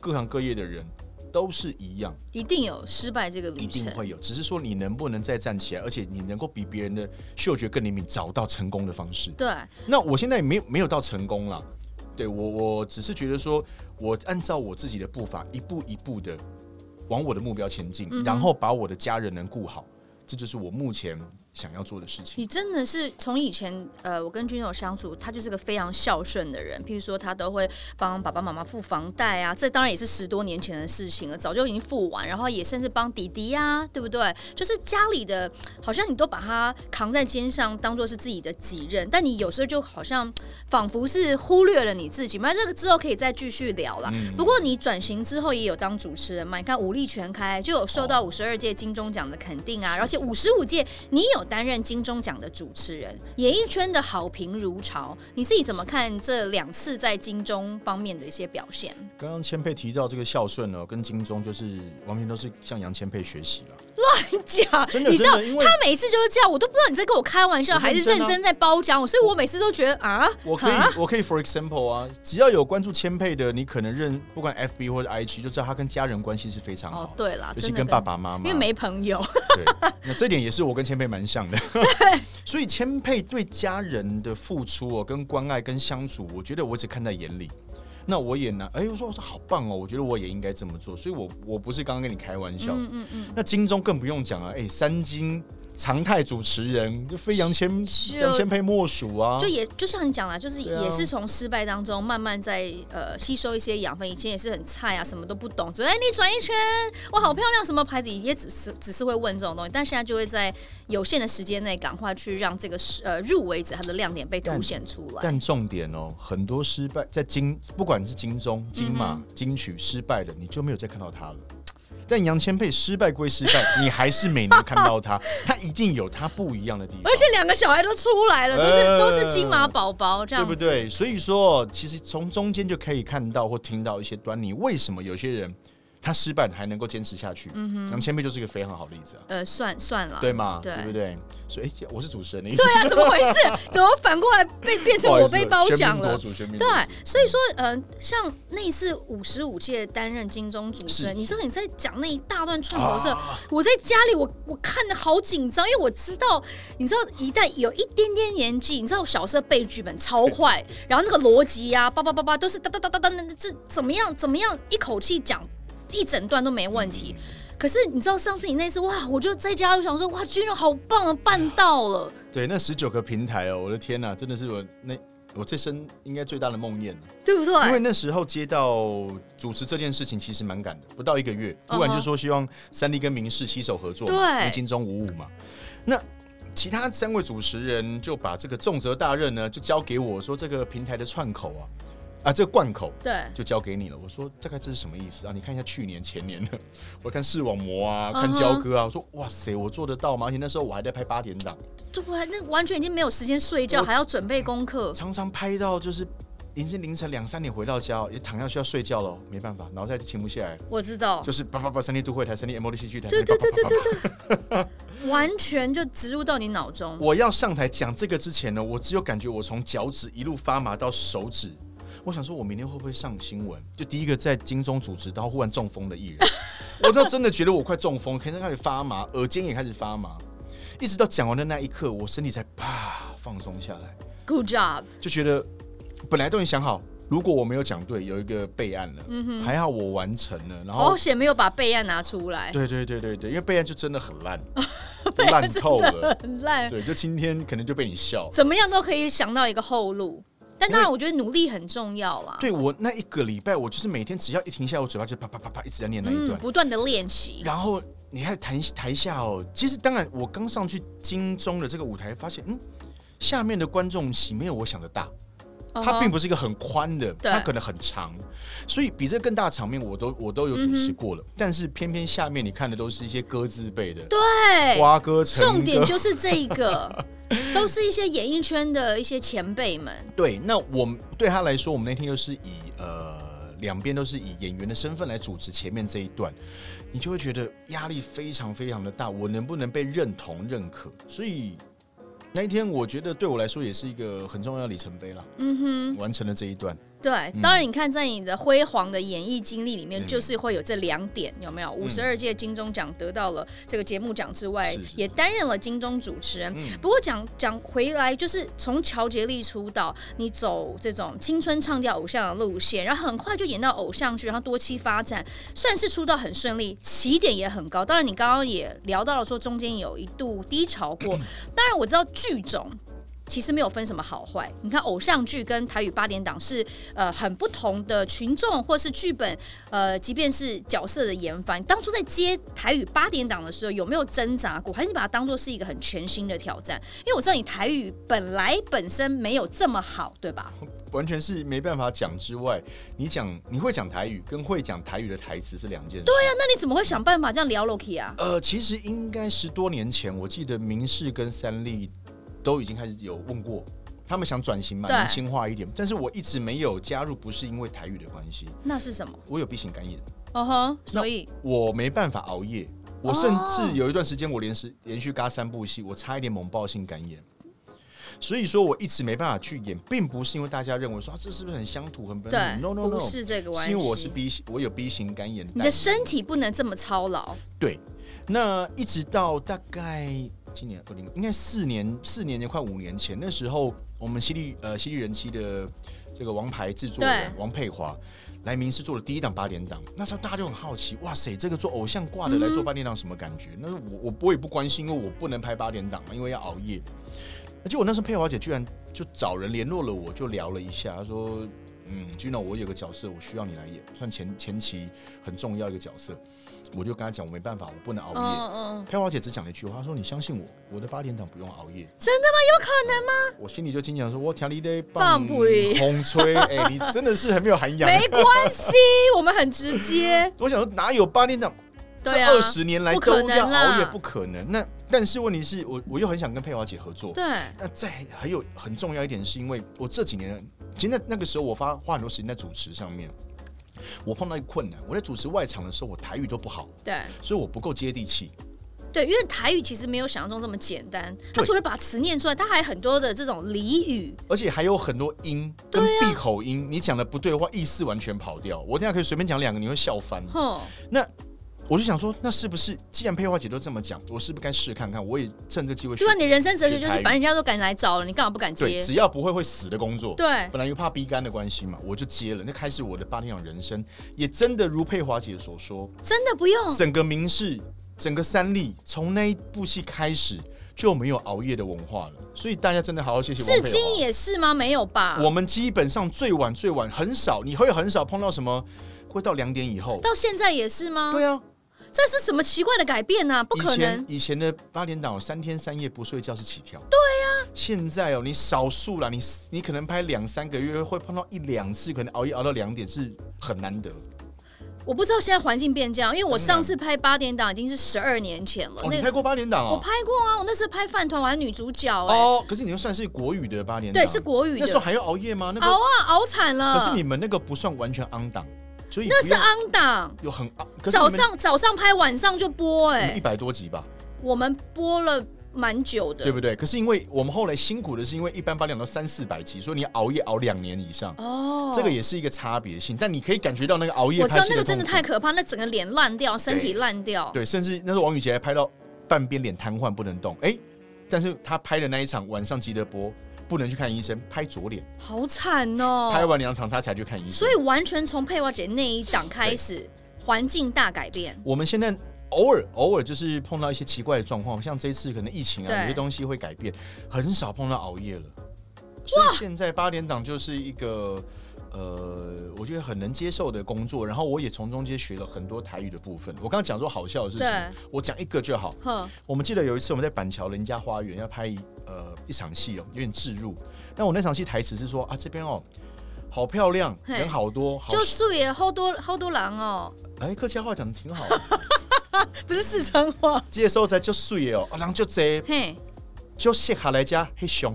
Speaker 5: 各行各业的人，都是一样，
Speaker 4: 一定有失败这个
Speaker 5: 一
Speaker 4: 旅
Speaker 5: 定
Speaker 4: 程。
Speaker 5: 会有。只是说你能不能再站起来，而且你能够比别人的嗅觉更灵敏，找到成功的方式。
Speaker 4: 对，
Speaker 5: 那我现在也没有没有到成功啦，对我我只是觉得说，我按照我自己的步伐，一步一步的往我的目标前进，
Speaker 4: 嗯哼
Speaker 5: 然后把我的家人能顾好，这就是我目前想要做的事情。
Speaker 4: 你真的是从以前，呃，我跟君友相处，他就是个非常孝顺的人。譬如说，他都会帮爸爸妈妈付房贷啊，这当然也是十多年前的事情了，早就已经付完。然后也甚至帮弟弟呀、对不对？就是家里的，好像你都把他扛在肩上，当做是自己的己任。但你有时候就好像仿佛是忽略了你自己。那这个之后可以再继续聊啦。
Speaker 5: 嗯
Speaker 4: 不过你转型之后也有当主持人嘛？你看武力全开，就有受
Speaker 5: 哦
Speaker 4: 到五十二届金钟奖的肯定啊，而且五十五届你有担任金钟奖的主持人，演艺圈的好评如潮，你自己怎么看这两次在金钟方面的一些表现？
Speaker 5: 刚刚千佩提到这个孝顺呢，跟金钟就是完全都是向杨千佩学习了。
Speaker 4: 讲，
Speaker 5: 真的
Speaker 4: 你知道
Speaker 5: 真的因为
Speaker 4: 他每次就是这样，我都不知道你在跟我开玩笑、
Speaker 5: 我
Speaker 4: 还是
Speaker 5: 认真啊
Speaker 4: 认真在褒奖我，所以我每次都觉得啊，
Speaker 5: 我可以
Speaker 4: 啊，
Speaker 5: 我可以，for example 啊，只要有关注千佩的，你可能认不管 FB 或者 IG，就知道他跟家人关系是非常好
Speaker 4: 哦
Speaker 5: 的，
Speaker 4: 对啦，
Speaker 5: 尤
Speaker 4: 真
Speaker 5: 其
Speaker 4: 的
Speaker 5: 跟爸，爸妈妈，
Speaker 4: 因为没朋友，
Speaker 5: 对，那这点也是我跟千佩蛮 像的。所以千佩对家人的付出哦，跟关爱跟相处，我觉得我只看在眼里。那我也拿，哎、我说我说好棒哦，我觉得我也应该这么做。所以我我不是刚刚跟你开玩笑。
Speaker 4: 嗯嗯嗯，
Speaker 5: 那金钟更不用讲了，哎、三金常态主持人就非杨千
Speaker 4: 就
Speaker 5: 杨千佩莫属啊
Speaker 4: 就。也就像你讲啦，就是
Speaker 5: 对啊
Speaker 4: 也是从失败当中慢慢在呃吸收一些养分。以前也是很菜啊，什么都不懂，只哎你转一圈，哇好漂亮，什么牌子也只是只是会问这种东西，但现在就会在有限的时间内赶快去让这个呃入围者他的亮点被凸显出来。
Speaker 5: 但重点哦，很多失败在金，不管是金钟、金
Speaker 4: 嗯
Speaker 5: 马、金曲失败的，你就没有再看到他了。但杨千霈失败归失败，你还是每年看到 他，他一定有他不一样的地方
Speaker 4: 而，且两个小孩都出来了，都是、
Speaker 5: 呃
Speaker 4: 都是金马宝宝这
Speaker 5: 对
Speaker 4: 样
Speaker 5: 不
Speaker 4: 子，
Speaker 5: 对？所以说，其实从中间就可以看到或听到一些端倪。为什么有些人他失败还能够坚持下去？
Speaker 4: 嗯
Speaker 5: 杨千霈就是一个非常好的例子啊，
Speaker 4: 呃，算算了，
Speaker 5: 对吗？
Speaker 4: 对
Speaker 5: 对不对？所以，哎我是主持人的意思，
Speaker 4: 对啊，怎么回事？ 怎么反过来被变成
Speaker 5: 不好意
Speaker 4: 我
Speaker 5: 思
Speaker 4: 被褒
Speaker 5: 喧宾
Speaker 4: 奖
Speaker 5: 夺
Speaker 4: 了？
Speaker 5: 主喧宾夺
Speaker 4: 对
Speaker 5: 主，
Speaker 4: 所以说，呃，像那一次五十五届担任金钟主持人，
Speaker 5: 是啊
Speaker 4: 你知道你在讲那一大段串头的时候，我在家里我我看的好紧张，因为我知道，你知道一旦有一点点年纪，你知道我小时候背剧本超 快，然后那个逻辑呀、叭叭叭叭都是哒哒哒哒哒，那这怎么样怎么样一口气讲一整段都没问题。
Speaker 5: 嗯
Speaker 4: 可是你知道上次你那次哇，我就在家就想说哇，君荣好棒啊，办到了。
Speaker 5: 对，那十九个平台哦，我的天哪，真的是我那我这生应该最大的梦魇了。
Speaker 4: 对不对？
Speaker 5: 因为那时候接到主持这件事情，其实蛮赶的，不到一个月。不管就说希望三立跟明视携手合作嘛，
Speaker 4: 嗯对
Speaker 5: 因为金钟五五嘛。那其他三位主持人就把这个重责大任呢，就交给我说这个平台的串口啊，啊这个贯口
Speaker 4: 对，
Speaker 5: 就交给你了。我说大概这是什么意思啊？你看一下去年前年的， 我看视网膜啊，看
Speaker 4: 嗯哼
Speaker 5: 焦哥啊，我说哇塞，我做得到吗？而且那时候我还在拍八点档，
Speaker 4: 对不？那完全已经没有时间睡觉，
Speaker 5: 我
Speaker 4: 还要准备功课。
Speaker 5: 常常拍到就是。凌晨凌晨两三点回到家哦，也躺下去要睡觉了，没办法，脑袋就停不下来。
Speaker 4: 我知道，
Speaker 5: 就是八八八三立都会台、三立 M O D 戏剧台。
Speaker 4: 对对对对
Speaker 5: 叭叭叭叭叭
Speaker 4: 对对，完全就植入到你脑中。
Speaker 5: 我要上台讲这个之前呢，我只有感觉我从脚趾一路发麻到手指。我想说，我明天会不会上新闻？就第一个在金钟主持，然后忽然中风的艺人， 我倒真的觉得我快中风，开始开始发麻，耳尖也开始发麻，一直到讲完的那一刻，我身体才啪放松下来，
Speaker 4: Good job，
Speaker 5: 就觉得本来都已经想好，如果我没有讲对，有一个备案了，
Speaker 4: 嗯
Speaker 5: 还好我完成了，然后
Speaker 4: 好险没有把备案拿出 来，
Speaker 5: 对对对对对，因为备案就真的很烂，就烂透 了。
Speaker 4: 很烂，
Speaker 5: 对，就今天可能就被你 笑。
Speaker 4: 怎么样都可以想到一个后路。但当然，我觉得努力很重要啊啦。
Speaker 5: 对我那一个礼拜，我就是每天只要一停下来，我嘴巴就啪啪啪啪一直在念那一
Speaker 4: 嗯，
Speaker 5: 段，
Speaker 4: 不断的练习，
Speaker 5: 然后你看台台下哦，其实当然我刚上去金钟的这个舞台，发现嗯，下面的观众席没有我想的大。它并
Speaker 4: 不
Speaker 5: 不是一个很宽的，
Speaker 4: 嗯对
Speaker 5: 它可能很长，所以比这更大的场面我都我都有主持过了，但是偏偏下面你看的都是一些歌字辈的，
Speaker 4: 嗯对，
Speaker 5: 瓜哥、陈
Speaker 4: 重点
Speaker 5: 哥
Speaker 4: 就是这一个，都是一些演艺圈的一些前辈们，
Speaker 5: 对。那我们对他来说，我们那天又是以呃两边都是以演员的身份来主持前面这一段，你就会觉得压力非常非常的大，我能不能被认同认可？所以那一天我觉得对我来说也是一个很重要的里程碑了，
Speaker 4: 嗯哼，
Speaker 5: 完成了这一段。
Speaker 4: 对，当然你看在你的辉煌的演艺经历里面，就是会有这两点，有没有？五十二届金钟奖得到了这个节目奖之外
Speaker 5: 是是，
Speaker 4: 也担任了金钟主持人。
Speaker 5: 嗯
Speaker 4: 不过讲讲回来，就是从乔杰利出道，你走这种青春唱跳偶像的路线，然后很快就演到偶像剧，然后多期发展，算是出道很顺利，起点也很高。当然，你刚刚也聊到了说中间有一度低潮 过。当然，我知道剧种。其实没有分什么好坏，你看偶像剧跟台语八点档是呃很不同的群众或是剧本，呃，即便是角色的研发，你当初在接台语八点档的时候有没有挣扎过，还是你把它当做是一个很全新的挑战？因为我知道你台语本来本身没有这么好，对吧？
Speaker 5: 完全是没办法讲之外，你讲你会讲台语跟会讲台语的台词是两件事。对啊，
Speaker 4: 那你怎么会想办法这样聊 Loki 啊？
Speaker 5: 呃，其实应该十多年前，我记得明视跟三立都已经开始有问过，他们想转型嘛，
Speaker 4: 对
Speaker 5: 年轻化一点，但是我一直没有加入，不是因为台语的关系，
Speaker 4: 那是什么？
Speaker 5: 我有 B 型肝炎，
Speaker 4: 哦吼，所以
Speaker 5: 我没办法熬夜。我
Speaker 4: 哦
Speaker 5: 甚至有一段时间，我连时连续嘎三部戏，我差一点猛爆性肝炎，所以说我一直没办法去演，并不是因为大家认为说、啊、这是不是很乡土、很本土
Speaker 4: 对
Speaker 5: ？No No No，
Speaker 4: 不是这个关
Speaker 5: 是
Speaker 4: 系，
Speaker 5: 因为我是 B，型我有 B 型肝炎的
Speaker 4: 你
Speaker 5: 代
Speaker 4: 的
Speaker 5: 言。
Speaker 4: 身体不能这么操劳，
Speaker 5: 对，那一直到大概今年二零，应该四年，四年前快五年前，那时候我们犀利呃犀利人妻的这个王牌制作人
Speaker 4: 对
Speaker 5: 王佩华来明视做了第一档八点档，那时候大家就很好奇，哇塞，这个做偶像
Speaker 4: 嗯
Speaker 5: 挂的来做八点档什么感觉？那我我我也不关心，因为我不能拍八点档嘛，因为要熬夜。而且我那时候佩华姐居然就找人联络了我，就聊了一下，她说。嗯，Gino，我有个角色，我需要你来演，算前前期很重要一个角色。我就跟她讲，我没办法，我不能熬
Speaker 4: 嗯
Speaker 5: 夜。
Speaker 4: 嗯，
Speaker 5: 飘华姐只讲了一句话，她说：“你相信我，我的八点档不用熬夜。”
Speaker 4: 真
Speaker 5: 的吗？有可能吗？我心里就经常说：“我调理的
Speaker 4: 棒不离
Speaker 5: 红吹，哎、你真的是很没有涵养。
Speaker 4: 没关系，我们很直接，
Speaker 5: 我想说，哪有八点档？这
Speaker 4: 对啊
Speaker 5: 二十年来
Speaker 4: 不
Speaker 5: 都
Speaker 4: 可
Speaker 5: 要
Speaker 4: 能啦
Speaker 5: 熬夜，不可能。那但是问题是我我又很想跟佩华姐合作。
Speaker 4: 对，
Speaker 5: 那再还有很重要一点，是因为我这几年，其实那那个时候我花花很多时间在主持上面，我碰到一个困难，我在主持外场的时候，我台语都不好，
Speaker 4: 对。
Speaker 5: 所以我不够接地气。
Speaker 4: 对，因为台语其实没有想象中这么简单。它
Speaker 5: 对
Speaker 4: 除了把词念出来，它还很多的这种俚语。
Speaker 5: 而且还有很多音
Speaker 4: 啊
Speaker 5: 跟闭口音，你讲的不对的话，意思完全跑掉。我等一下可以随便讲两个，你会笑翻。
Speaker 4: 哼，
Speaker 5: 我就想说，那是不是既然佩华姐都这么讲，我是不是该试看看？我也趁这机会学
Speaker 4: 对啊，你人生哲学就
Speaker 5: 学台
Speaker 4: 是，
Speaker 5: 语
Speaker 4: 反正人家都敢来找了，你干嘛不敢
Speaker 5: 对，
Speaker 4: 接？
Speaker 5: 只要不会会死的工作。
Speaker 4: 对，
Speaker 5: 本来又怕逼干的关系嘛，我就接了。那开始我的八点档人生，也真的如佩华姐所说，
Speaker 4: 真的不用。
Speaker 5: 整个明视，整个三立，从那一部戏开始就没有熬夜的文化了。所以大家真的好好谢谢
Speaker 4: 至
Speaker 5: 王佩华。
Speaker 4: 今也是吗？没有吧？
Speaker 5: 我们基本上最晚最晚很少，你会很少碰到什么会到两点以后。
Speaker 4: 到现在也是吗？
Speaker 5: 对啊，
Speaker 4: 这是什么奇怪的改变啊？不可
Speaker 5: 以前
Speaker 4: 能。
Speaker 5: 以前的八点档三天三夜不睡觉是起跳。对
Speaker 4: 啊
Speaker 5: 呀、现在哦，你少数啦，你你可能拍两三个月会碰到一两次，可能熬夜熬到两点是很难得。
Speaker 4: 我不知道现在环境变这样，因为我
Speaker 5: 当然
Speaker 4: 上次拍八点档已经是十二年前了。
Speaker 5: 哦，你
Speaker 4: 那
Speaker 5: 拍过八点档
Speaker 4: 我
Speaker 5: 哦？
Speaker 4: 拍过啊，我那时候拍饭团，我还女主角哎、
Speaker 5: 哦，可是你又算是国语的八点档，
Speaker 4: 对，是国语
Speaker 5: 那时候
Speaker 4: 的。
Speaker 5: 还要熬夜吗？那
Speaker 4: 熬
Speaker 5: 个
Speaker 4: 啊，熬惨了。
Speaker 5: 可是你们那个不算完全 on 档，所以
Speaker 4: 那
Speaker 5: 不
Speaker 4: 是
Speaker 5: 用
Speaker 4: on 档，
Speaker 5: 有很 on，可是
Speaker 4: 早上早上拍，晚上就播哎、
Speaker 5: 一百多集吧。
Speaker 4: 我们播了蛮久的，
Speaker 5: 对不对？可是因为我们后来辛苦的是，因为一般八两到三四百集，所以你熬夜熬两年以上，
Speaker 4: 哦，
Speaker 5: 这个也是一个差别性。但你可以感觉到那个熬夜
Speaker 4: 我知道
Speaker 5: 拍戏
Speaker 4: 那个真的
Speaker 5: 痛苦
Speaker 4: 太可怕，那整个脸烂掉，身体烂掉，
Speaker 5: 对，甚至那时候王宇杰还拍到半边脸瘫痪不能动，哎，但是他拍的那一场晚上急得播，不能去看医生，拍左脸，
Speaker 4: 好惨哦。
Speaker 5: 拍完两场他才去看医生。
Speaker 4: 所以完全从佩华姐那一档开始，环境大改变。
Speaker 5: 我们现在偶尔偶尔就是碰到一些奇怪的状况，像这一次可能疫情啊，
Speaker 4: 对
Speaker 5: 有些东西会改变，很少碰到熬夜了。所以现在八点档就是一个呃，我觉得很能接受的工作。然后我也从中间学了很多台语的部分。我刚刚讲说好笑的事情，
Speaker 4: 对，
Speaker 5: 我讲一个就好。
Speaker 4: 哼，
Speaker 5: 我们记得有一次我们在板桥人家花园要拍一呃一场戏哦，有点置入。那我那场戏台词是说啊，这边哦好漂亮，
Speaker 4: 嘿
Speaker 5: 人好多，好
Speaker 4: 就素也好多好多狼哦，
Speaker 5: 哎客家话讲的挺好。
Speaker 4: 不是四川话，
Speaker 5: 这个时候才就碎的哦，啊人就这
Speaker 4: 嘿，
Speaker 5: 就卸下来家黑熊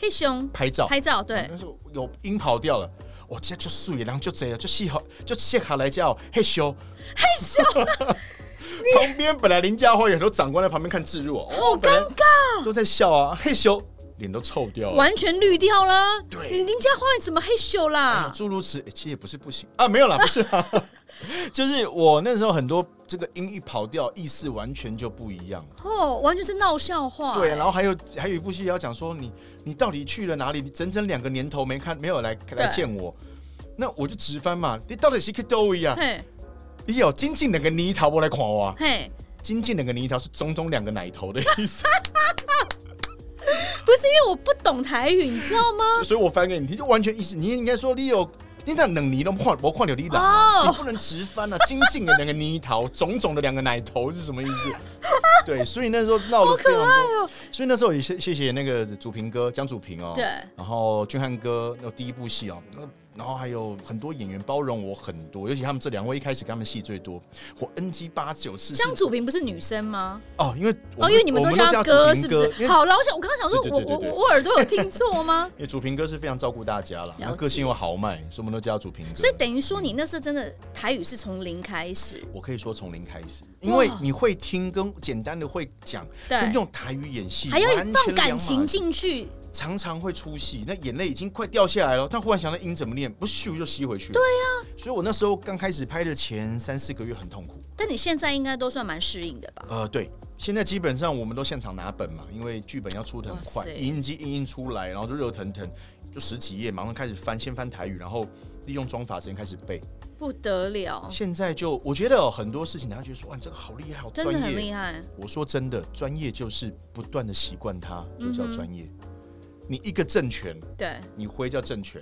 Speaker 4: 黑熊
Speaker 5: 拍照，嗯
Speaker 4: 拍照，对，
Speaker 5: 但是有音跑掉了。我这就碎，然后就这样，就细好，就卸下来家哦，嘿咻，嘿咻。 旁边本来林家花有很多长官在旁边看置入哦，好尴尬，都在笑啊，嘿咻，脸都臭掉了。
Speaker 4: 完全绿掉了。
Speaker 5: 对
Speaker 4: 你林家花你怎么黑咻
Speaker 5: 啊，
Speaker 4: 啦？
Speaker 5: 诸如此，欸其实也不是不行啊，没有啦，不是 啦，就是我那时候很多这个音一跑掉，意思完全就不一样。
Speaker 4: 哦，完全是闹笑话。
Speaker 5: 对，啊然后还有还有一部戏要讲说你你到底去了哪里？你整整两个年头没看没有来来见我，那我就直翻嘛。你到底是去đâu位啊？
Speaker 4: 嘿，
Speaker 5: 你有精进两个泥头我来看我啊，
Speaker 4: 嘿，
Speaker 5: 精进两个泥头是种种两个奶头的意 思，
Speaker 4: 不是因为我不懂台语，你知道吗？
Speaker 5: 所以我翻给你听就完全意思。你也应该说你有。你那冷泥都看我看有你冷、
Speaker 4: 哦
Speaker 5: 啊，你不能直翻啊！精进的两个泥头，种种的两个奶头是什么意 思？对，所以那时候闹得非常多。所以那时候也谢谢谢那个祖平哥江祖平哦，
Speaker 4: 哦对，
Speaker 5: 然后俊汉哥那第一部戏哦，那然后还有很多演员包容我很多，尤其他们这两位一开始跟他们戏最多，我 NG 八九次是
Speaker 4: 江祖平不是女生吗？
Speaker 5: 哦，因为我
Speaker 4: 哦，因为你
Speaker 5: 们
Speaker 4: 们
Speaker 5: 我
Speaker 4: 都
Speaker 5: 们都
Speaker 4: 他
Speaker 5: 叫
Speaker 4: 哥，
Speaker 5: 祖
Speaker 4: 是
Speaker 5: 平
Speaker 4: 不
Speaker 5: 哥，
Speaker 4: 是？好，然后我想我刚刚想说，
Speaker 5: 对
Speaker 4: 我
Speaker 5: 对对
Speaker 4: 我
Speaker 5: 对对
Speaker 4: 我我耳朵有听
Speaker 5: ？
Speaker 4: 错吗
Speaker 5: 因为祖平哥是非常照顾大家了，
Speaker 4: 解
Speaker 5: 然后个性又豪迈，所以我们都叫他祖平哥。
Speaker 4: 所以等于说，你那是真的台语是从零开始，
Speaker 5: 我可以说从零开始，因为
Speaker 4: 哇
Speaker 5: 你会听跟简单的会讲，
Speaker 4: 对，
Speaker 5: 跟用台语演戏
Speaker 4: 还要
Speaker 5: 完
Speaker 4: 放
Speaker 5: 全两
Speaker 4: 感
Speaker 5: 码
Speaker 4: 情
Speaker 5: 事
Speaker 4: 进去，
Speaker 5: 常常会出戏，那眼泪已经快掉下来了，但忽然想到音怎么念，不咻就吸回去了。对呀、所以我那时候刚开始拍的前三四个月很痛苦。
Speaker 4: 但你现在应该都算蛮适应的吧？
Speaker 5: 呃，对，现在基本上我们都现场拿本嘛，因为剧本要出的很
Speaker 4: 哇
Speaker 5: 快，
Speaker 4: 塞
Speaker 5: 影印机印印出来，然后就热腾腾，就十几页，马上开始翻，先翻台语，然后利用装法时间开始背。
Speaker 4: 不得了，
Speaker 5: 现在就我觉得哦很多事情，大家觉得说哇，你这个好厉害，好
Speaker 4: 真的
Speaker 5: 专
Speaker 4: 很
Speaker 5: 业。
Speaker 4: 厉害。
Speaker 5: 我说真的，专业就是不断的习惯它，就
Speaker 4: 嗯
Speaker 5: 叫专业。你一个政权，
Speaker 4: 对，
Speaker 5: 你挥叫政权，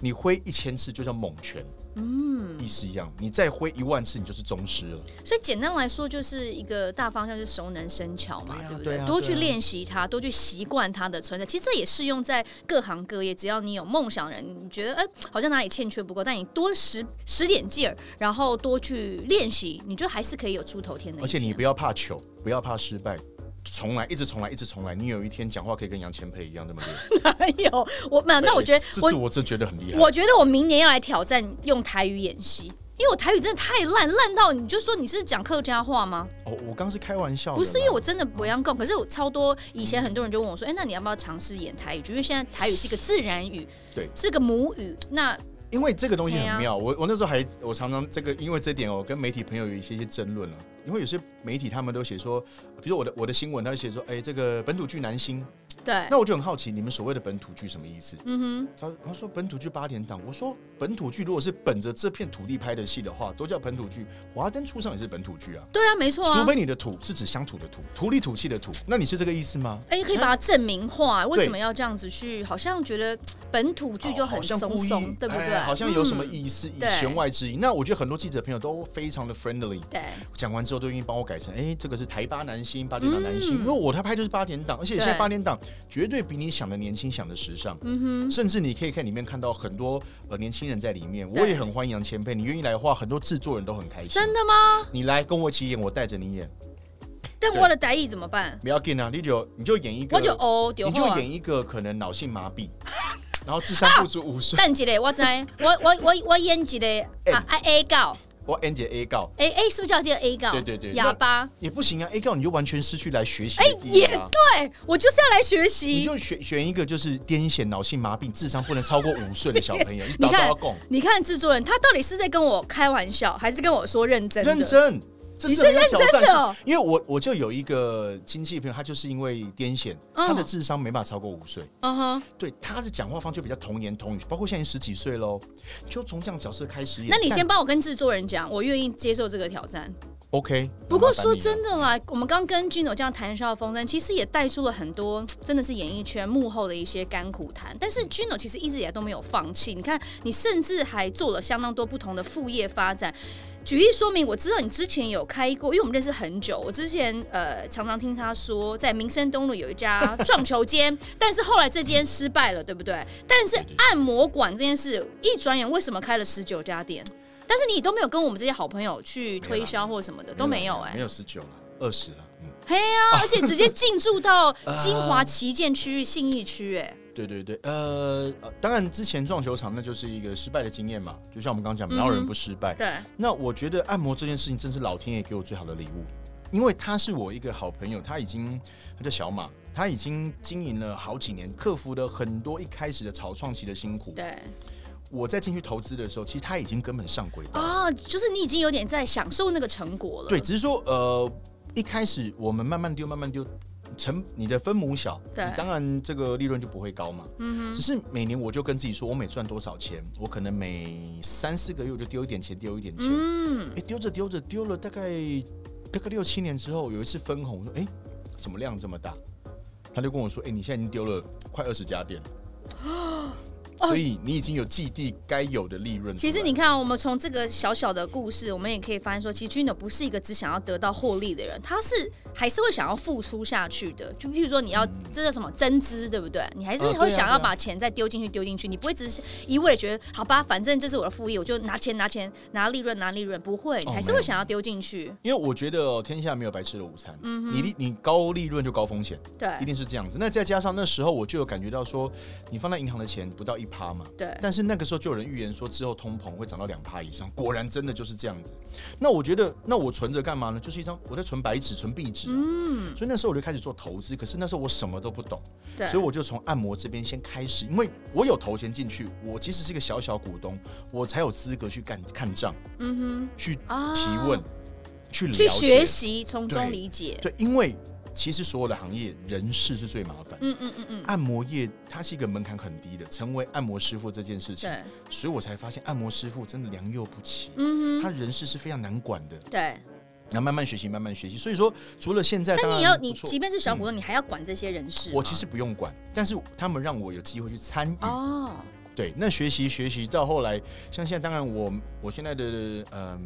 Speaker 5: 你挥一千次就叫猛拳，
Speaker 4: 嗯，
Speaker 5: 意思一样。你再挥一万次，你就是宗师了。
Speaker 4: 所以简单来说，就是一个大方向是熟能生巧嘛，
Speaker 5: 对啊
Speaker 4: 不
Speaker 5: 对啊
Speaker 4: 多
Speaker 5: 对啊
Speaker 4: 去练习它，多去习惯它的存在。其实这也适用在各行各业，只要你有梦想的人，你觉得哎、好像哪里欠缺不够，但你多使使点劲儿，然后多去练习，你就还是可以有出头天的一
Speaker 5: 而
Speaker 4: 天。
Speaker 5: 且 你不要怕糗，不要怕失败，从来一直从来一直从来，你有一天讲话可以跟杨千霈一样那么厉害。
Speaker 4: 哎呦，我 那那我觉得
Speaker 5: 哎这
Speaker 4: 我
Speaker 5: 次我真觉得很厉害。
Speaker 4: 我觉得我明年要来挑战用台语演戏，因为我台语真的太烂，烂到你就说你是讲客家话吗？
Speaker 5: 哦，我刚是开玩笑的啦，
Speaker 4: 不是，因为我真的
Speaker 5: 嗯
Speaker 4: 不一样共，可是我超多以前很多人就问我说，哎、那你要不要尝试演台语剧？因为现在台语是一个自然语，
Speaker 5: 对
Speaker 4: 是个母语。那
Speaker 5: 因为这个东西
Speaker 4: 对
Speaker 5: 很
Speaker 4: 啊
Speaker 5: 妙。我我那时候还我常常这个，因为这点我跟媒体朋友有一些些争论了、啊因为有些媒体他们都写说，比如说我的我的新闻，他就写说，哎、这个本土剧男星，
Speaker 4: 对，
Speaker 5: 那我就很好奇，你们所谓的本土剧什么意思？
Speaker 4: 嗯
Speaker 5: 他他说本土剧八点档，我说本土剧如果是本着这片土地拍的戏的话，都叫本土剧。华灯初上也是本土剧啊。
Speaker 4: 哼，对啊，没错
Speaker 5: 除
Speaker 4: 啊。
Speaker 5: 非你的土是指乡土的土，土里土气的土，那你是这个意思吗？
Speaker 4: 哎、可以把它证明化，为什么要这样子去？好像觉得嘖本土剧就很
Speaker 5: 好像
Speaker 4: 松
Speaker 5: 故意
Speaker 4: 松，对不对？
Speaker 5: 哎好像有什么
Speaker 4: 嗯
Speaker 5: 意思，以
Speaker 4: 对
Speaker 5: 弦外之音。那我觉得很多记者朋友都非常的 friendly，
Speaker 4: 对，
Speaker 5: 讲完之后都愿意帮我改成，哎，这个是台八男星，八点档男星，
Speaker 4: 嗯
Speaker 5: 因为我他拍就是八点档，而且现在
Speaker 4: 对
Speaker 5: 八点档绝对比你想的年轻，想的时尚。
Speaker 4: 嗯哼，
Speaker 5: 甚至你可以看里面看到很多呃年轻人在里面，
Speaker 4: 对
Speaker 5: 我也很欢迎杨千霈，你愿意来的话，很多制作人都很开心。
Speaker 4: 真的吗？
Speaker 5: 你来跟我一起演，我带着你演，
Speaker 4: 但我的台语怎么办？
Speaker 5: 不要紧啊，你就你就演一个，
Speaker 4: 我就哦，丢
Speaker 5: 你就演一个可能脑性麻痹， 然后智商不足五岁，
Speaker 4: 等一个，我知，我我我我演一
Speaker 5: 哎
Speaker 4: 个啊啊 A 告
Speaker 5: 我 N 姐 A 告
Speaker 4: A A 是不是叫叫 A 告？
Speaker 5: 对对对
Speaker 4: 哑巴。
Speaker 5: 也不行啊，A 告你就完全失去来学习
Speaker 4: 哎、
Speaker 5: 的意
Speaker 4: 也
Speaker 5: 义啊。
Speaker 4: 对，我就是要来学
Speaker 5: 你
Speaker 4: 习。
Speaker 5: 就选选一个就是癫痫、脑性麻痹、智商不能超过五岁的小朋 友，你
Speaker 4: 你
Speaker 5: 打
Speaker 4: 看
Speaker 5: 到供，
Speaker 4: 你看制作人他到底是在跟我开玩笑，还是跟我说认真的？
Speaker 5: 认真，这
Speaker 4: 你是
Speaker 5: 很有挑
Speaker 4: 认真
Speaker 5: 战
Speaker 4: 的
Speaker 5: 性
Speaker 4: 哦
Speaker 5: 因为我我就有一个亲戚朋友，他就是因为癫痫，
Speaker 4: 嗯
Speaker 5: 他的智商没办法超过五岁，
Speaker 4: 嗯哼，
Speaker 5: 对他的讲话方就比较童言童语，包括现在十几岁喽，就从这样角色开始演。
Speaker 4: 那你
Speaker 5: 但
Speaker 4: 先帮我跟制作人讲，我愿意接受这个挑战。
Speaker 5: OK。
Speaker 4: 不过说真的啦，我们刚跟 Gino 这样谈笑风生，其实也带出了很多真的是演艺圈幕后的一些甘苦谈。但是 Gino 其实一直以来都没有放弃，你看，你甚至还做了相当多不同的副业发展。举例说明，我知道你之前有开过，因为我们认识很久。我之前呃常常听他说，在民生东路有一家撞球间， 但是后来这间失败了，对不对？但是
Speaker 5: 对对
Speaker 4: 按摩馆这件事，一转眼为什么开了十九家店？但是你都没有跟我们这些好朋友去推销或什么的，都没有哎、
Speaker 5: 没有十九了，二十了。嗯，
Speaker 4: 嘿呀、而且直接进驻到金华旗舰区域、信义区，哎，
Speaker 5: 对对对，呃，呃当然之前撞球场那就是一个失败的经验嘛，就像我们刚刚讲，
Speaker 4: 嗯
Speaker 5: 哪有人不失败？
Speaker 4: 对，
Speaker 5: 那我觉得按摩这件事情真是老天爷给我最好的礼物，因为他是我一个好朋友，他已经他叫小马，他已经经营了好几年，克服了很多一开始的草创期的辛苦。
Speaker 4: 对，
Speaker 5: 我在进去投资的时候，其实他已经根本上轨道了。
Speaker 4: 啊，就是你已经有点在享受那个成果了，
Speaker 5: 对，只是说呃，一开始我们慢慢丢，慢慢丢，成你的分母小，
Speaker 4: 对
Speaker 5: 你当然这个利润就不会高嘛。
Speaker 4: 嗯
Speaker 5: 只是每年我就跟自己说，我每赚多少钱，我可能每三四个月我就丢一点钱，丢一点钱。
Speaker 4: 嗯，
Speaker 5: 哎，丢着丢着丢了大概大概六七年之后，有一次分红，我说哎，怎么量这么大？他就跟我说，哎，你现在已经丢了快二十家店了。
Speaker 4: 哦
Speaker 5: 所以你已经有基地该有的利润出
Speaker 4: 其
Speaker 5: 来了。
Speaker 4: 实你看，我们从这个小小的故事，我们也可以发现说，其实 Gino 不是一个只想要得到获利的人，他是还是会想要付出下去的。就譬如说，你要、这叫什么增资，对不对？你还是
Speaker 5: 啊对啊
Speaker 4: 会想要
Speaker 5: 对啊
Speaker 4: 把钱再丢进去，丢进去，你不会只是一味地觉得好吧，反正这是我的副业，我就拿钱拿钱拿利润拿利润，不会，你
Speaker 5: 哦
Speaker 4: 还是
Speaker 5: 没
Speaker 4: 会
Speaker 5: 有
Speaker 4: 想要丢进去。
Speaker 5: 因为我觉得哦天下没有白吃的午餐，你利你高利润就高风险，一
Speaker 4: 嗯对
Speaker 5: 定是这样子。那再加上那时候我就有感觉到说，你放在银行的钱不到一趴嘛，
Speaker 4: 对，
Speaker 5: 但是那个时候就有人预言说之后通膨会涨到两趴以上，果然真的就是这样子。那我觉得，那我存着干嘛呢？就是一张我在存白纸、存壁纸啊、
Speaker 4: 嗯，
Speaker 5: 所以那时候我就开始做投资，可是那时候我什么都不懂，
Speaker 4: 对，
Speaker 5: 所以我就从按摩这边先开始，因为我有投钱进去，我即使是一个小小股东，我才有资格去干看账、
Speaker 4: 嗯
Speaker 5: 去
Speaker 4: 哼啊，
Speaker 5: 提问、去了解
Speaker 4: 去学习，从中
Speaker 5: 对
Speaker 4: 理解。
Speaker 5: 对，因为其实所有的行业人事是最麻烦。
Speaker 4: 嗯嗯嗯嗯，
Speaker 5: 按摩业它是一个门槛很低的，成为按摩师傅这件事情，
Speaker 4: 对，
Speaker 5: 所以我才发现按摩师傅真的良莠不齐，
Speaker 4: 嗯哼，
Speaker 5: 他人事是非常难管的。
Speaker 4: 对。
Speaker 5: 那慢慢学习，慢慢学习。所以说，除了现在，
Speaker 4: 但
Speaker 5: 当
Speaker 4: 你
Speaker 5: 然
Speaker 4: 要
Speaker 5: 不
Speaker 4: 你，
Speaker 5: 错嗯
Speaker 4: 即便是小股东，你还要管这些人事吗。
Speaker 5: 我其实不用管，但是他们让我有机会去参与。
Speaker 4: 哦，
Speaker 5: 对，那学习学习到后来，像现在当然我我现在的嗯、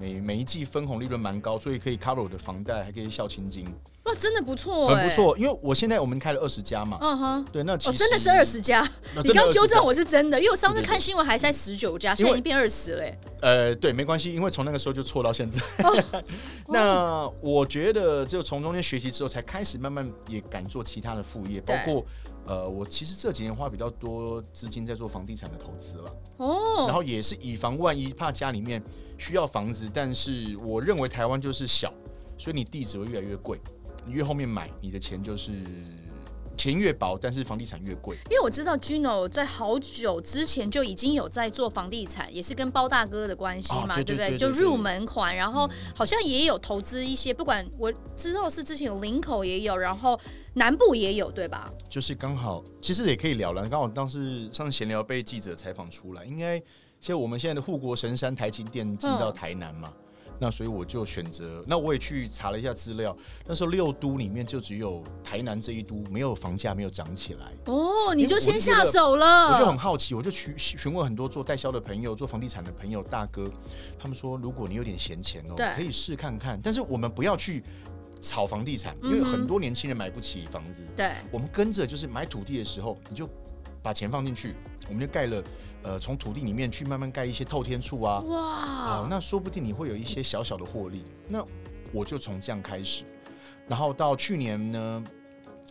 Speaker 5: 每每一季分红利润蛮高，所以可以 cover 我的房贷，还可以孝亲金，
Speaker 4: 哇，真的不错，欸
Speaker 5: 很不。错。因为我现在我们开了二十家嘛，
Speaker 4: 嗯哼，
Speaker 5: 对，那其
Speaker 4: 哦，
Speaker 5: 实、
Speaker 4: 真的是二十家，
Speaker 5: 那
Speaker 4: 你
Speaker 5: 真的20家，
Speaker 4: 刚纠正我是真的，因为我上次
Speaker 5: 对对对
Speaker 4: 看新闻还是在十九家，现在已经变二十欸嘞。
Speaker 5: 呃，对，没关系，因为从那个时候就错到现 在。那
Speaker 4: 哦
Speaker 5: 我觉得，只有从中间学习之后，才开始慢慢也敢做其他的副业，包
Speaker 4: 对
Speaker 5: 括呃，我其实这几年花比较多资金在做房地产的投资了，然
Speaker 4: 哦，
Speaker 5: 后也是以防万一，怕家里面需要房子，但是我认为台湾就是小，所以你地址会越来越贵，你越后面买，你的钱就是钱越薄，但是房地产越贵。
Speaker 4: 因为我知道 Gino 在好久之前就已经有在做房地产，也是跟包大哥的关系嘛，
Speaker 5: 哦对
Speaker 4: 不
Speaker 5: 对
Speaker 4: 对？
Speaker 5: 对对
Speaker 4: 就
Speaker 5: 对嗯
Speaker 4: 入门款，然后好像也有投资一些，不管我知道是之前有林口也有，然后南部也有，对吧？
Speaker 5: 就是刚好，其实也可以聊了。刚好当时上次闲聊被记者采访出来，应该像我们现在的护国神山台积电进
Speaker 4: 嗯
Speaker 5: 到台南嘛，那所以我就选择，那我也去查了一下资料，那时候六都里面就只有台南这一都没有房价没有涨起来，
Speaker 4: 哦，你
Speaker 5: 因为
Speaker 4: 就
Speaker 5: 我
Speaker 4: 先
Speaker 5: 就觉
Speaker 4: 下
Speaker 5: 得
Speaker 4: 手了，
Speaker 5: 我就很好奇，我就去询问很多做代销的朋友、做房地产的朋友大哥，他们说如果你有点闲钱哦
Speaker 4: 对，
Speaker 5: 可以试看看，但是我们不要去炒房地产，因为
Speaker 4: 嗯哼
Speaker 5: 很多年轻人买不起房子。
Speaker 4: 对。
Speaker 5: 我们跟着就是买土地的时候，你就把钱放进去，我们就盖了，呃，从土地里面去慢慢盖一些透天处啊，啊、
Speaker 4: 哇，
Speaker 5: 那说不定你会有一些小小的获利。那我就从这样开始，然后到去年呢。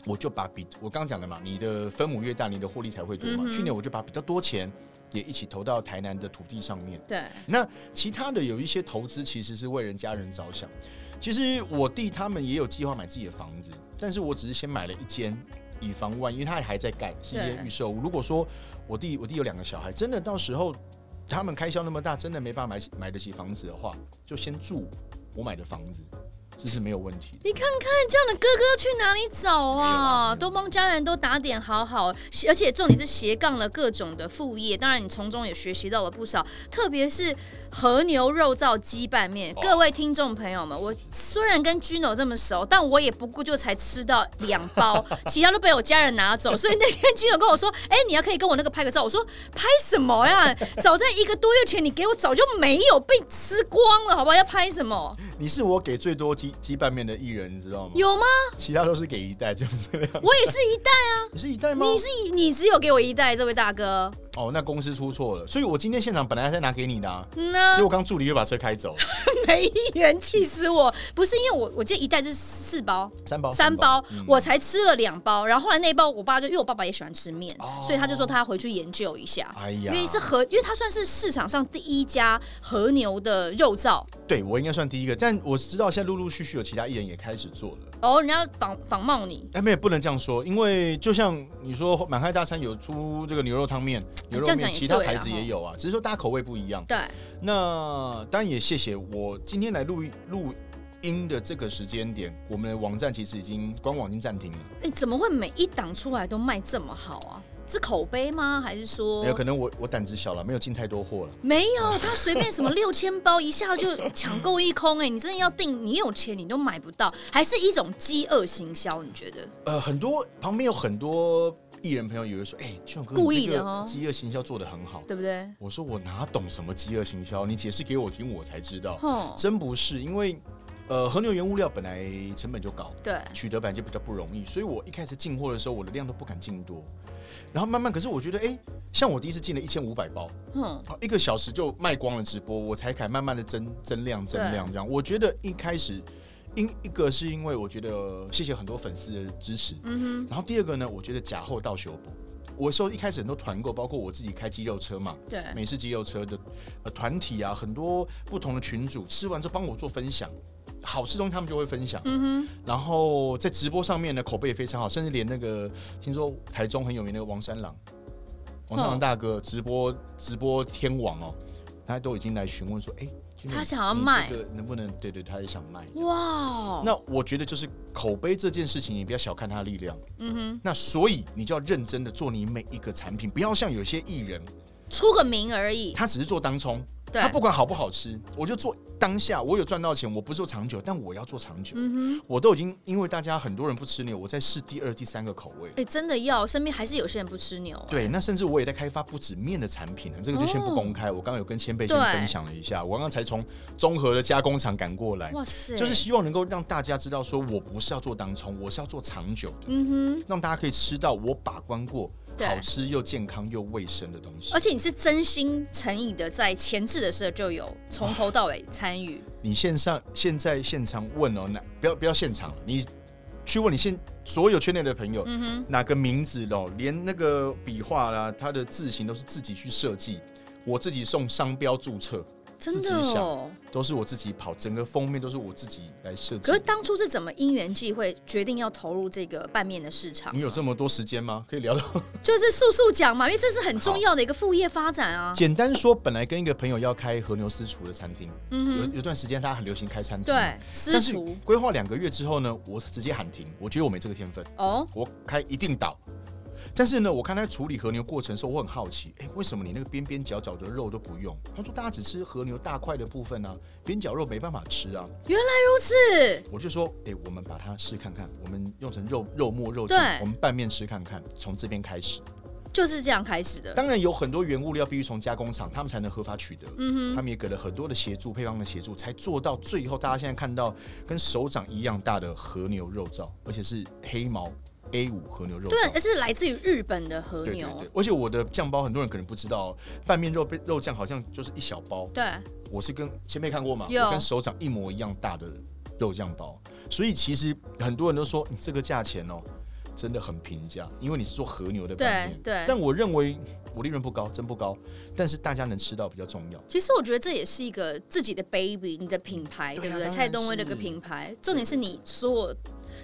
Speaker 5: 我就把比我刚讲的嘛，你的分母越大，你的获利才会多嘛。
Speaker 4: 嗯哼
Speaker 5: 去年我就把比较多钱也一起投到台南的土地上面。
Speaker 4: 对，
Speaker 5: 那其他的有一些投资其实是为人家人着想。其实我弟他们也有计划买自己的房子，但是我只是先买了一间，以防万一，因为他还在盖，是一
Speaker 4: 对
Speaker 5: 间预售屋。如果说我弟我弟有两个小孩，真的到时候他们开销那么大，真的没办法买起买得起房子的话，就先住我买的房子。这是没有问题的。
Speaker 4: 你看看这样的哥哥去哪里找啊？都帮家人都打点好好，而且重点是斜杠了各种的副业，当然你从中也学习到了不少，特别是和牛肉燥鸡拌面。
Speaker 5: 哦
Speaker 4: 各位听众朋友们，我虽然跟 Gino 这么熟，但我也不过就才吃到两包，其他都被我家人拿走。所以那天 Gino 跟我说：“哎、你要可以跟我那个拍个照。”我说：“拍什么呀？早在一个多月前你给我早就没有被吃光了，好不好？要拍什么？
Speaker 5: 你是我给最多鸡鸡拌面的艺人，你知道吗？
Speaker 4: 有吗？
Speaker 5: 其他都是给一袋，就是这 样。
Speaker 4: 我也是一代啊。”
Speaker 5: 你是一袋吗？
Speaker 4: 你是一你只有给我一袋，这位大哥。
Speaker 5: 哦，那公司出错了，所以我今天现场本来在拿给你的、啊，
Speaker 4: 嗯呢
Speaker 5: 结，果刚助理又把车开走，
Speaker 4: 没一元，气死我！不是因为我，我记得一袋是四包，
Speaker 5: 三包
Speaker 4: 哦三包，
Speaker 5: 嗯
Speaker 4: 我才吃了两包。然后后来那一包，我爸就因为我爸爸也喜欢吃面，
Speaker 5: 哦
Speaker 4: 所以他就说他要回去研究一下。
Speaker 5: 哎
Speaker 4: 因
Speaker 5: 呀，
Speaker 4: 为是和，因为它算是市场上第一家和牛的肉燥
Speaker 5: 对我应该算第一个，但我知道现在陆陆续续有其他艺人也开始做了。
Speaker 4: 哦，人家仿仿冒你，
Speaker 5: 哎，没有不能这样说，因为就像你说满汉大餐有出这个牛肉汤面、牛
Speaker 4: 这
Speaker 5: 肉
Speaker 4: 样讲
Speaker 5: 面，
Speaker 4: 也
Speaker 5: 其他
Speaker 4: 对啊
Speaker 5: 牌子也有啊，只是说大家口味不一样。
Speaker 4: 对，
Speaker 5: 那当然也谢谢我今天来录录音的这个时间点，我们的网站其实已经官网已经暂停了，
Speaker 4: 哎、怎么会每一档出来都卖这么好啊？是口碑吗？还是说
Speaker 5: 没有可能我我胆子小了，没有进太多货了。
Speaker 4: 没有，他随 便什么六千包一下就抢购一空哎、你真的要订，你有钱你都买不到，还是一种饥饿行销？你觉得？
Speaker 5: 呃，很多旁边有很多艺人朋友也会说，哎、这首歌
Speaker 4: 故意的哦
Speaker 5: 饥饿行销做得很好。
Speaker 4: 对不对？
Speaker 5: 我说我哪懂什么饥饿行销，你解释给我听，我才知道。
Speaker 4: 哼，
Speaker 5: 真不是，因为呃，和牛原物料本来成本就高，
Speaker 4: 对，
Speaker 5: 取得本来就比较不容易，所以我一开始进货的时候，我的量都不敢进多。然后慢慢，可是我觉得，哎、像我第一次进了一千五百包，
Speaker 4: 哼，
Speaker 5: 啊一个小时就卖光了直播，我才敢慢慢的增增量增量这样。我觉得一开始，因一个是因为我觉得谢谢很多粉丝的支持，
Speaker 4: 嗯
Speaker 5: 然后第二个呢，我觉得假后到修补。我说一开始很多团购，包括我自己开肌肉车嘛，
Speaker 4: 哼，对，
Speaker 5: 美式肌肉车的呃团体啊，很多不同的群主吃完之后帮我做分享，好吃东西他们就会分享。
Speaker 4: 嗯
Speaker 5: 然后在直播上面呢，口碑也非常好，甚至连那个听说台中很有名那个王三郎，王三郎大
Speaker 4: 哦
Speaker 5: 哥直播直播天王哦，他都已经来询问说，哎、君
Speaker 4: 他
Speaker 5: 如
Speaker 4: 想要
Speaker 5: 你
Speaker 4: 卖
Speaker 5: 这个能不能？对对，他也想卖。
Speaker 4: 哼，哇，
Speaker 5: 那我觉得就是口碑这件事情，你不要小看它的力量。
Speaker 4: 嗯哼，
Speaker 5: 那所以你就要认真的做你每一个产品，不要像有些艺人，
Speaker 4: 出个名而已，
Speaker 5: 他只是做当冲，
Speaker 4: 对
Speaker 5: 他，不管好不好吃，我就做当下。我有赚到钱，我不做长久，但我要做长久。
Speaker 4: 嗯哼，
Speaker 5: 我都已经因为大家很多人不吃牛，我在试第二、第三个口味
Speaker 4: 哎、。真的要，身边还是有些人不吃牛、啊，
Speaker 5: 对，那甚至我也在开发不止面的产品啊，这个就先不公开。我刚刚有跟千贝先
Speaker 4: 哦对
Speaker 5: 分享了一下，我刚刚才从综合的加工厂赶过来，
Speaker 4: 哇塞，
Speaker 5: 就是，希望能够让大家知道，说我不是要做当冲，我是要做长久的，
Speaker 4: 嗯哼，
Speaker 5: 让大家可以吃到我把关过、
Speaker 4: 对
Speaker 5: 好吃又健康又卫生的东西
Speaker 4: 而。且你是真心诚意的，在前置的时候就有从头到尾参与，
Speaker 5: 你线上现在现场问哦，那不要不要现场，你去问你现所有圈内的朋友，
Speaker 4: 嗯哼，
Speaker 5: 哪个名字哦，连那个笔画啦，它的字形都是自己去设计，我自己送商标注册，
Speaker 4: 真的
Speaker 5: 自己想
Speaker 4: 哦。
Speaker 5: 都是我自己跑，整个封面都是我自己来设计
Speaker 4: 可是。当初是怎么因缘际会决定要投入这个拌面的市场？
Speaker 5: 你有这么多时间吗？可以聊到。
Speaker 4: 就是速速讲嘛，因为这是很重要的一个副业发展啊。
Speaker 5: 简单说，本来跟一个朋友要开和牛私厨的餐厅，
Speaker 4: 嗯
Speaker 5: 有
Speaker 4: 哼，
Speaker 5: 有段时间他很流行开餐厅，
Speaker 4: 对，私
Speaker 5: 但是
Speaker 4: 厨
Speaker 5: 规划两个月之后呢，我直接喊停，我觉得我没这个天分。
Speaker 4: 哦，
Speaker 5: 我开一定倒。但是呢，我看他处理和牛过程的时候，我很好奇，哎、为什么你那个边边角角的肉都不用？他说大家只吃和牛大块的部分啊，边角肉没办法吃啊。
Speaker 4: 如此，
Speaker 5: 我就说，哎、我们把它试看看，我们用成肉肉末肉
Speaker 4: 对
Speaker 5: 酱，我们拌面吃看看，从这边开始。
Speaker 4: 就是这样开始的。
Speaker 5: 当然有很多原物料必须从加工厂，他们才能合法取得。
Speaker 4: 嗯
Speaker 5: 他
Speaker 4: 哼，
Speaker 5: 们也给了很多的协助，配方的协助，才做到最后大家现在看到跟手掌一样大的和牛肉燥，而且是黑毛 A 五和牛肉
Speaker 4: 对
Speaker 5: 燥，
Speaker 4: 而。是来自于日本的和
Speaker 5: 对对
Speaker 4: 牛
Speaker 5: 对，，而且我的酱包很多人可能不知道，拌面肉被肉酱好像就是一小包，
Speaker 4: 对，
Speaker 5: 我是跟前辈看过嘛，
Speaker 4: 有
Speaker 5: 我跟手掌一模一样大的肉酱包，所以其实很多人都说你这个价钱哦，真的很平价，因为你是做和牛的拌面，
Speaker 4: 对对
Speaker 5: 但我认为我利润不高，真不高，但是大家能吃到比较重要。
Speaker 4: 其实我觉得这也是一个自己的 baby，你的品牌，
Speaker 5: 对啊
Speaker 4: 对不
Speaker 5: 当
Speaker 4: 对？
Speaker 5: 然
Speaker 4: 蔡东威的一个
Speaker 5: 是
Speaker 4: 品牌，重点是你所有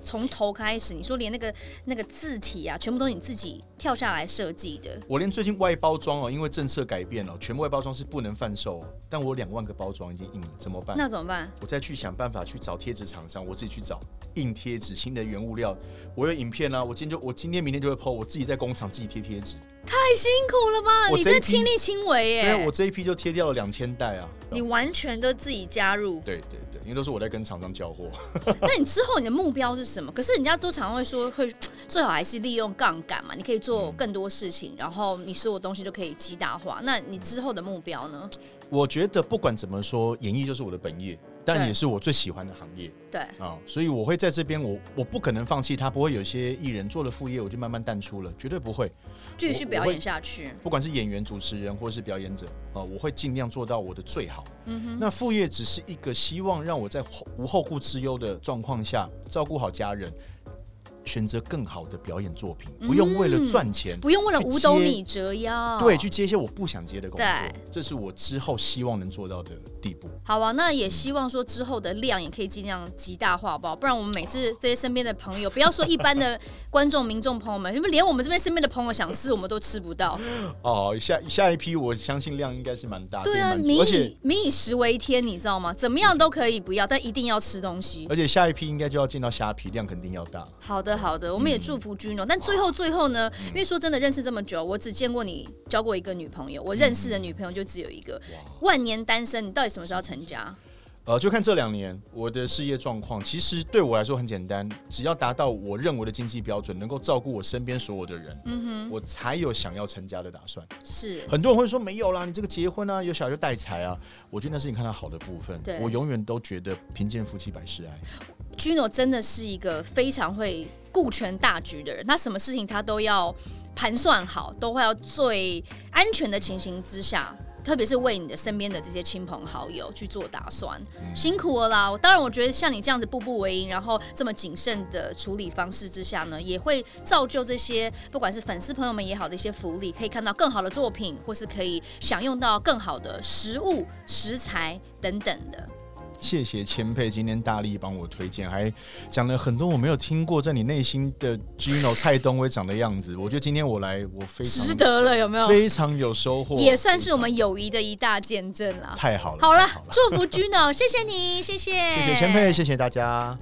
Speaker 4: 从头开始，你说连那个那个字体啊，全部都是你自己跳下来设计的。
Speaker 5: 我连最近外包装哦，因为政策改变了，全部外包装是不能贩售哦，但我有两万个包装已经印了，怎么办？
Speaker 4: 那怎么办？
Speaker 5: 我再去想办法去找贴纸厂商，我自己去找印贴纸、新的原物料。我有影片啊，我今天就我今天明天就会 PO，我自己在工厂自己贴贴纸。
Speaker 4: 太辛苦了吧！
Speaker 5: 我
Speaker 4: 你
Speaker 5: 这一
Speaker 4: 这
Speaker 5: 批
Speaker 4: 亲力亲为耶、
Speaker 5: 对啊，我这一批就贴掉了两千袋啊。
Speaker 4: 你完全都自己加入。
Speaker 5: 对对对，因为都是我在跟厂商交货。
Speaker 4: 那你之后你的目标是什么？可是人家都常会说，会最好还是利用杠杆嘛，你可以做更多事情，然后你所有东西都可以极大化。那你之后的目标呢？
Speaker 5: 我觉得不管怎么说，演艺就是我的本业，但
Speaker 4: 对
Speaker 5: 也是我最喜欢的行业
Speaker 4: 对，
Speaker 5: 啊，所以我会在这边，我我不可能放弃它，不会有一些艺人做了副业我就慢慢淡出了，绝对不会。
Speaker 4: 继续
Speaker 5: 我
Speaker 4: 表
Speaker 5: 我
Speaker 4: 演
Speaker 5: 会
Speaker 4: 下去。
Speaker 5: 不管是演员、主持人或是表演者啊，我会尽量做到我的最好。
Speaker 4: 嗯哼，
Speaker 5: 那副业只是一个希望让我在后无后顾之忧的状况下照顾好家人，选择更好的表演作品，
Speaker 4: 嗯
Speaker 5: 不用为了赚钱，
Speaker 4: 不用为了
Speaker 5: 去
Speaker 4: 五斗
Speaker 5: 接
Speaker 4: 米折腰。
Speaker 5: 对，去接一些我不想接的工
Speaker 4: 对
Speaker 5: 作，这是我之后希望能做到的地步。
Speaker 4: 好啊，那也希望说之后的量也可以尽量极大化，好不好？不然我们每次这些身边的朋友，不要说一般的观众、民众朋友们，因为连我们这边身边的朋友想吃，我们都吃不到。
Speaker 5: 哦，下下一批我相信量应该是蛮大的，
Speaker 4: 对啊，
Speaker 5: 可以满足
Speaker 4: 民
Speaker 5: 而且
Speaker 4: 以 民以食为天，你知道吗？怎么样都可以不要，但一定要吃东西。
Speaker 5: 而且下一批应该就要见到虾皮，量肯定要大。
Speaker 4: 好的，好的，我们也祝福 Juno、但最后最后呢，因为说真的，认识这么久，我只见过你交过一个女朋友，我认识的女朋友就只有一个。万年单身，你到底什么时候要成家？
Speaker 5: 呃，就看这两年我的事业状况，其实对我来说很简单，只要达到我认为的经济标准，能够照顾我身边所有的人，
Speaker 4: 嗯
Speaker 5: 我才有想要成家的打算。
Speaker 4: 哼，是
Speaker 5: 很多人会说没有啦，你这个结婚啊，有小孩就带财啊。我觉得那是你看到好的部分
Speaker 4: 对。
Speaker 5: 我永远都觉得贫贱夫妻百事哀。
Speaker 4: Juno 真的是一个非常会顾全大局的人，他什么事情他都要盘算好，都会要最安全的情形之下。特别是为你的身边的这些亲朋好友去做打算，辛苦了啦！当然，我觉得像你这样子步步为营，然后这么谨慎的处理方式之下呢，也会造就这些不管是粉丝朋友们也好的一些福利，可以看到更好的作品，或是可以享用到更好的食物、食材等等的。
Speaker 5: 谢谢千佩今天大力帮我推荐，还讲了很多我没有听过，在你内心的 Gino 蔡东辉长的样子。我觉得今天我来，我非常
Speaker 4: 值得了，有没有？
Speaker 5: 非常有收获，
Speaker 4: 也算是我们友谊的一大见证啦。
Speaker 5: 太好了，
Speaker 4: 好了
Speaker 5: 太 好，了，
Speaker 4: 祝福哦 Gino，谢谢你，谢谢，
Speaker 5: 谢谢千佩，谢谢大家。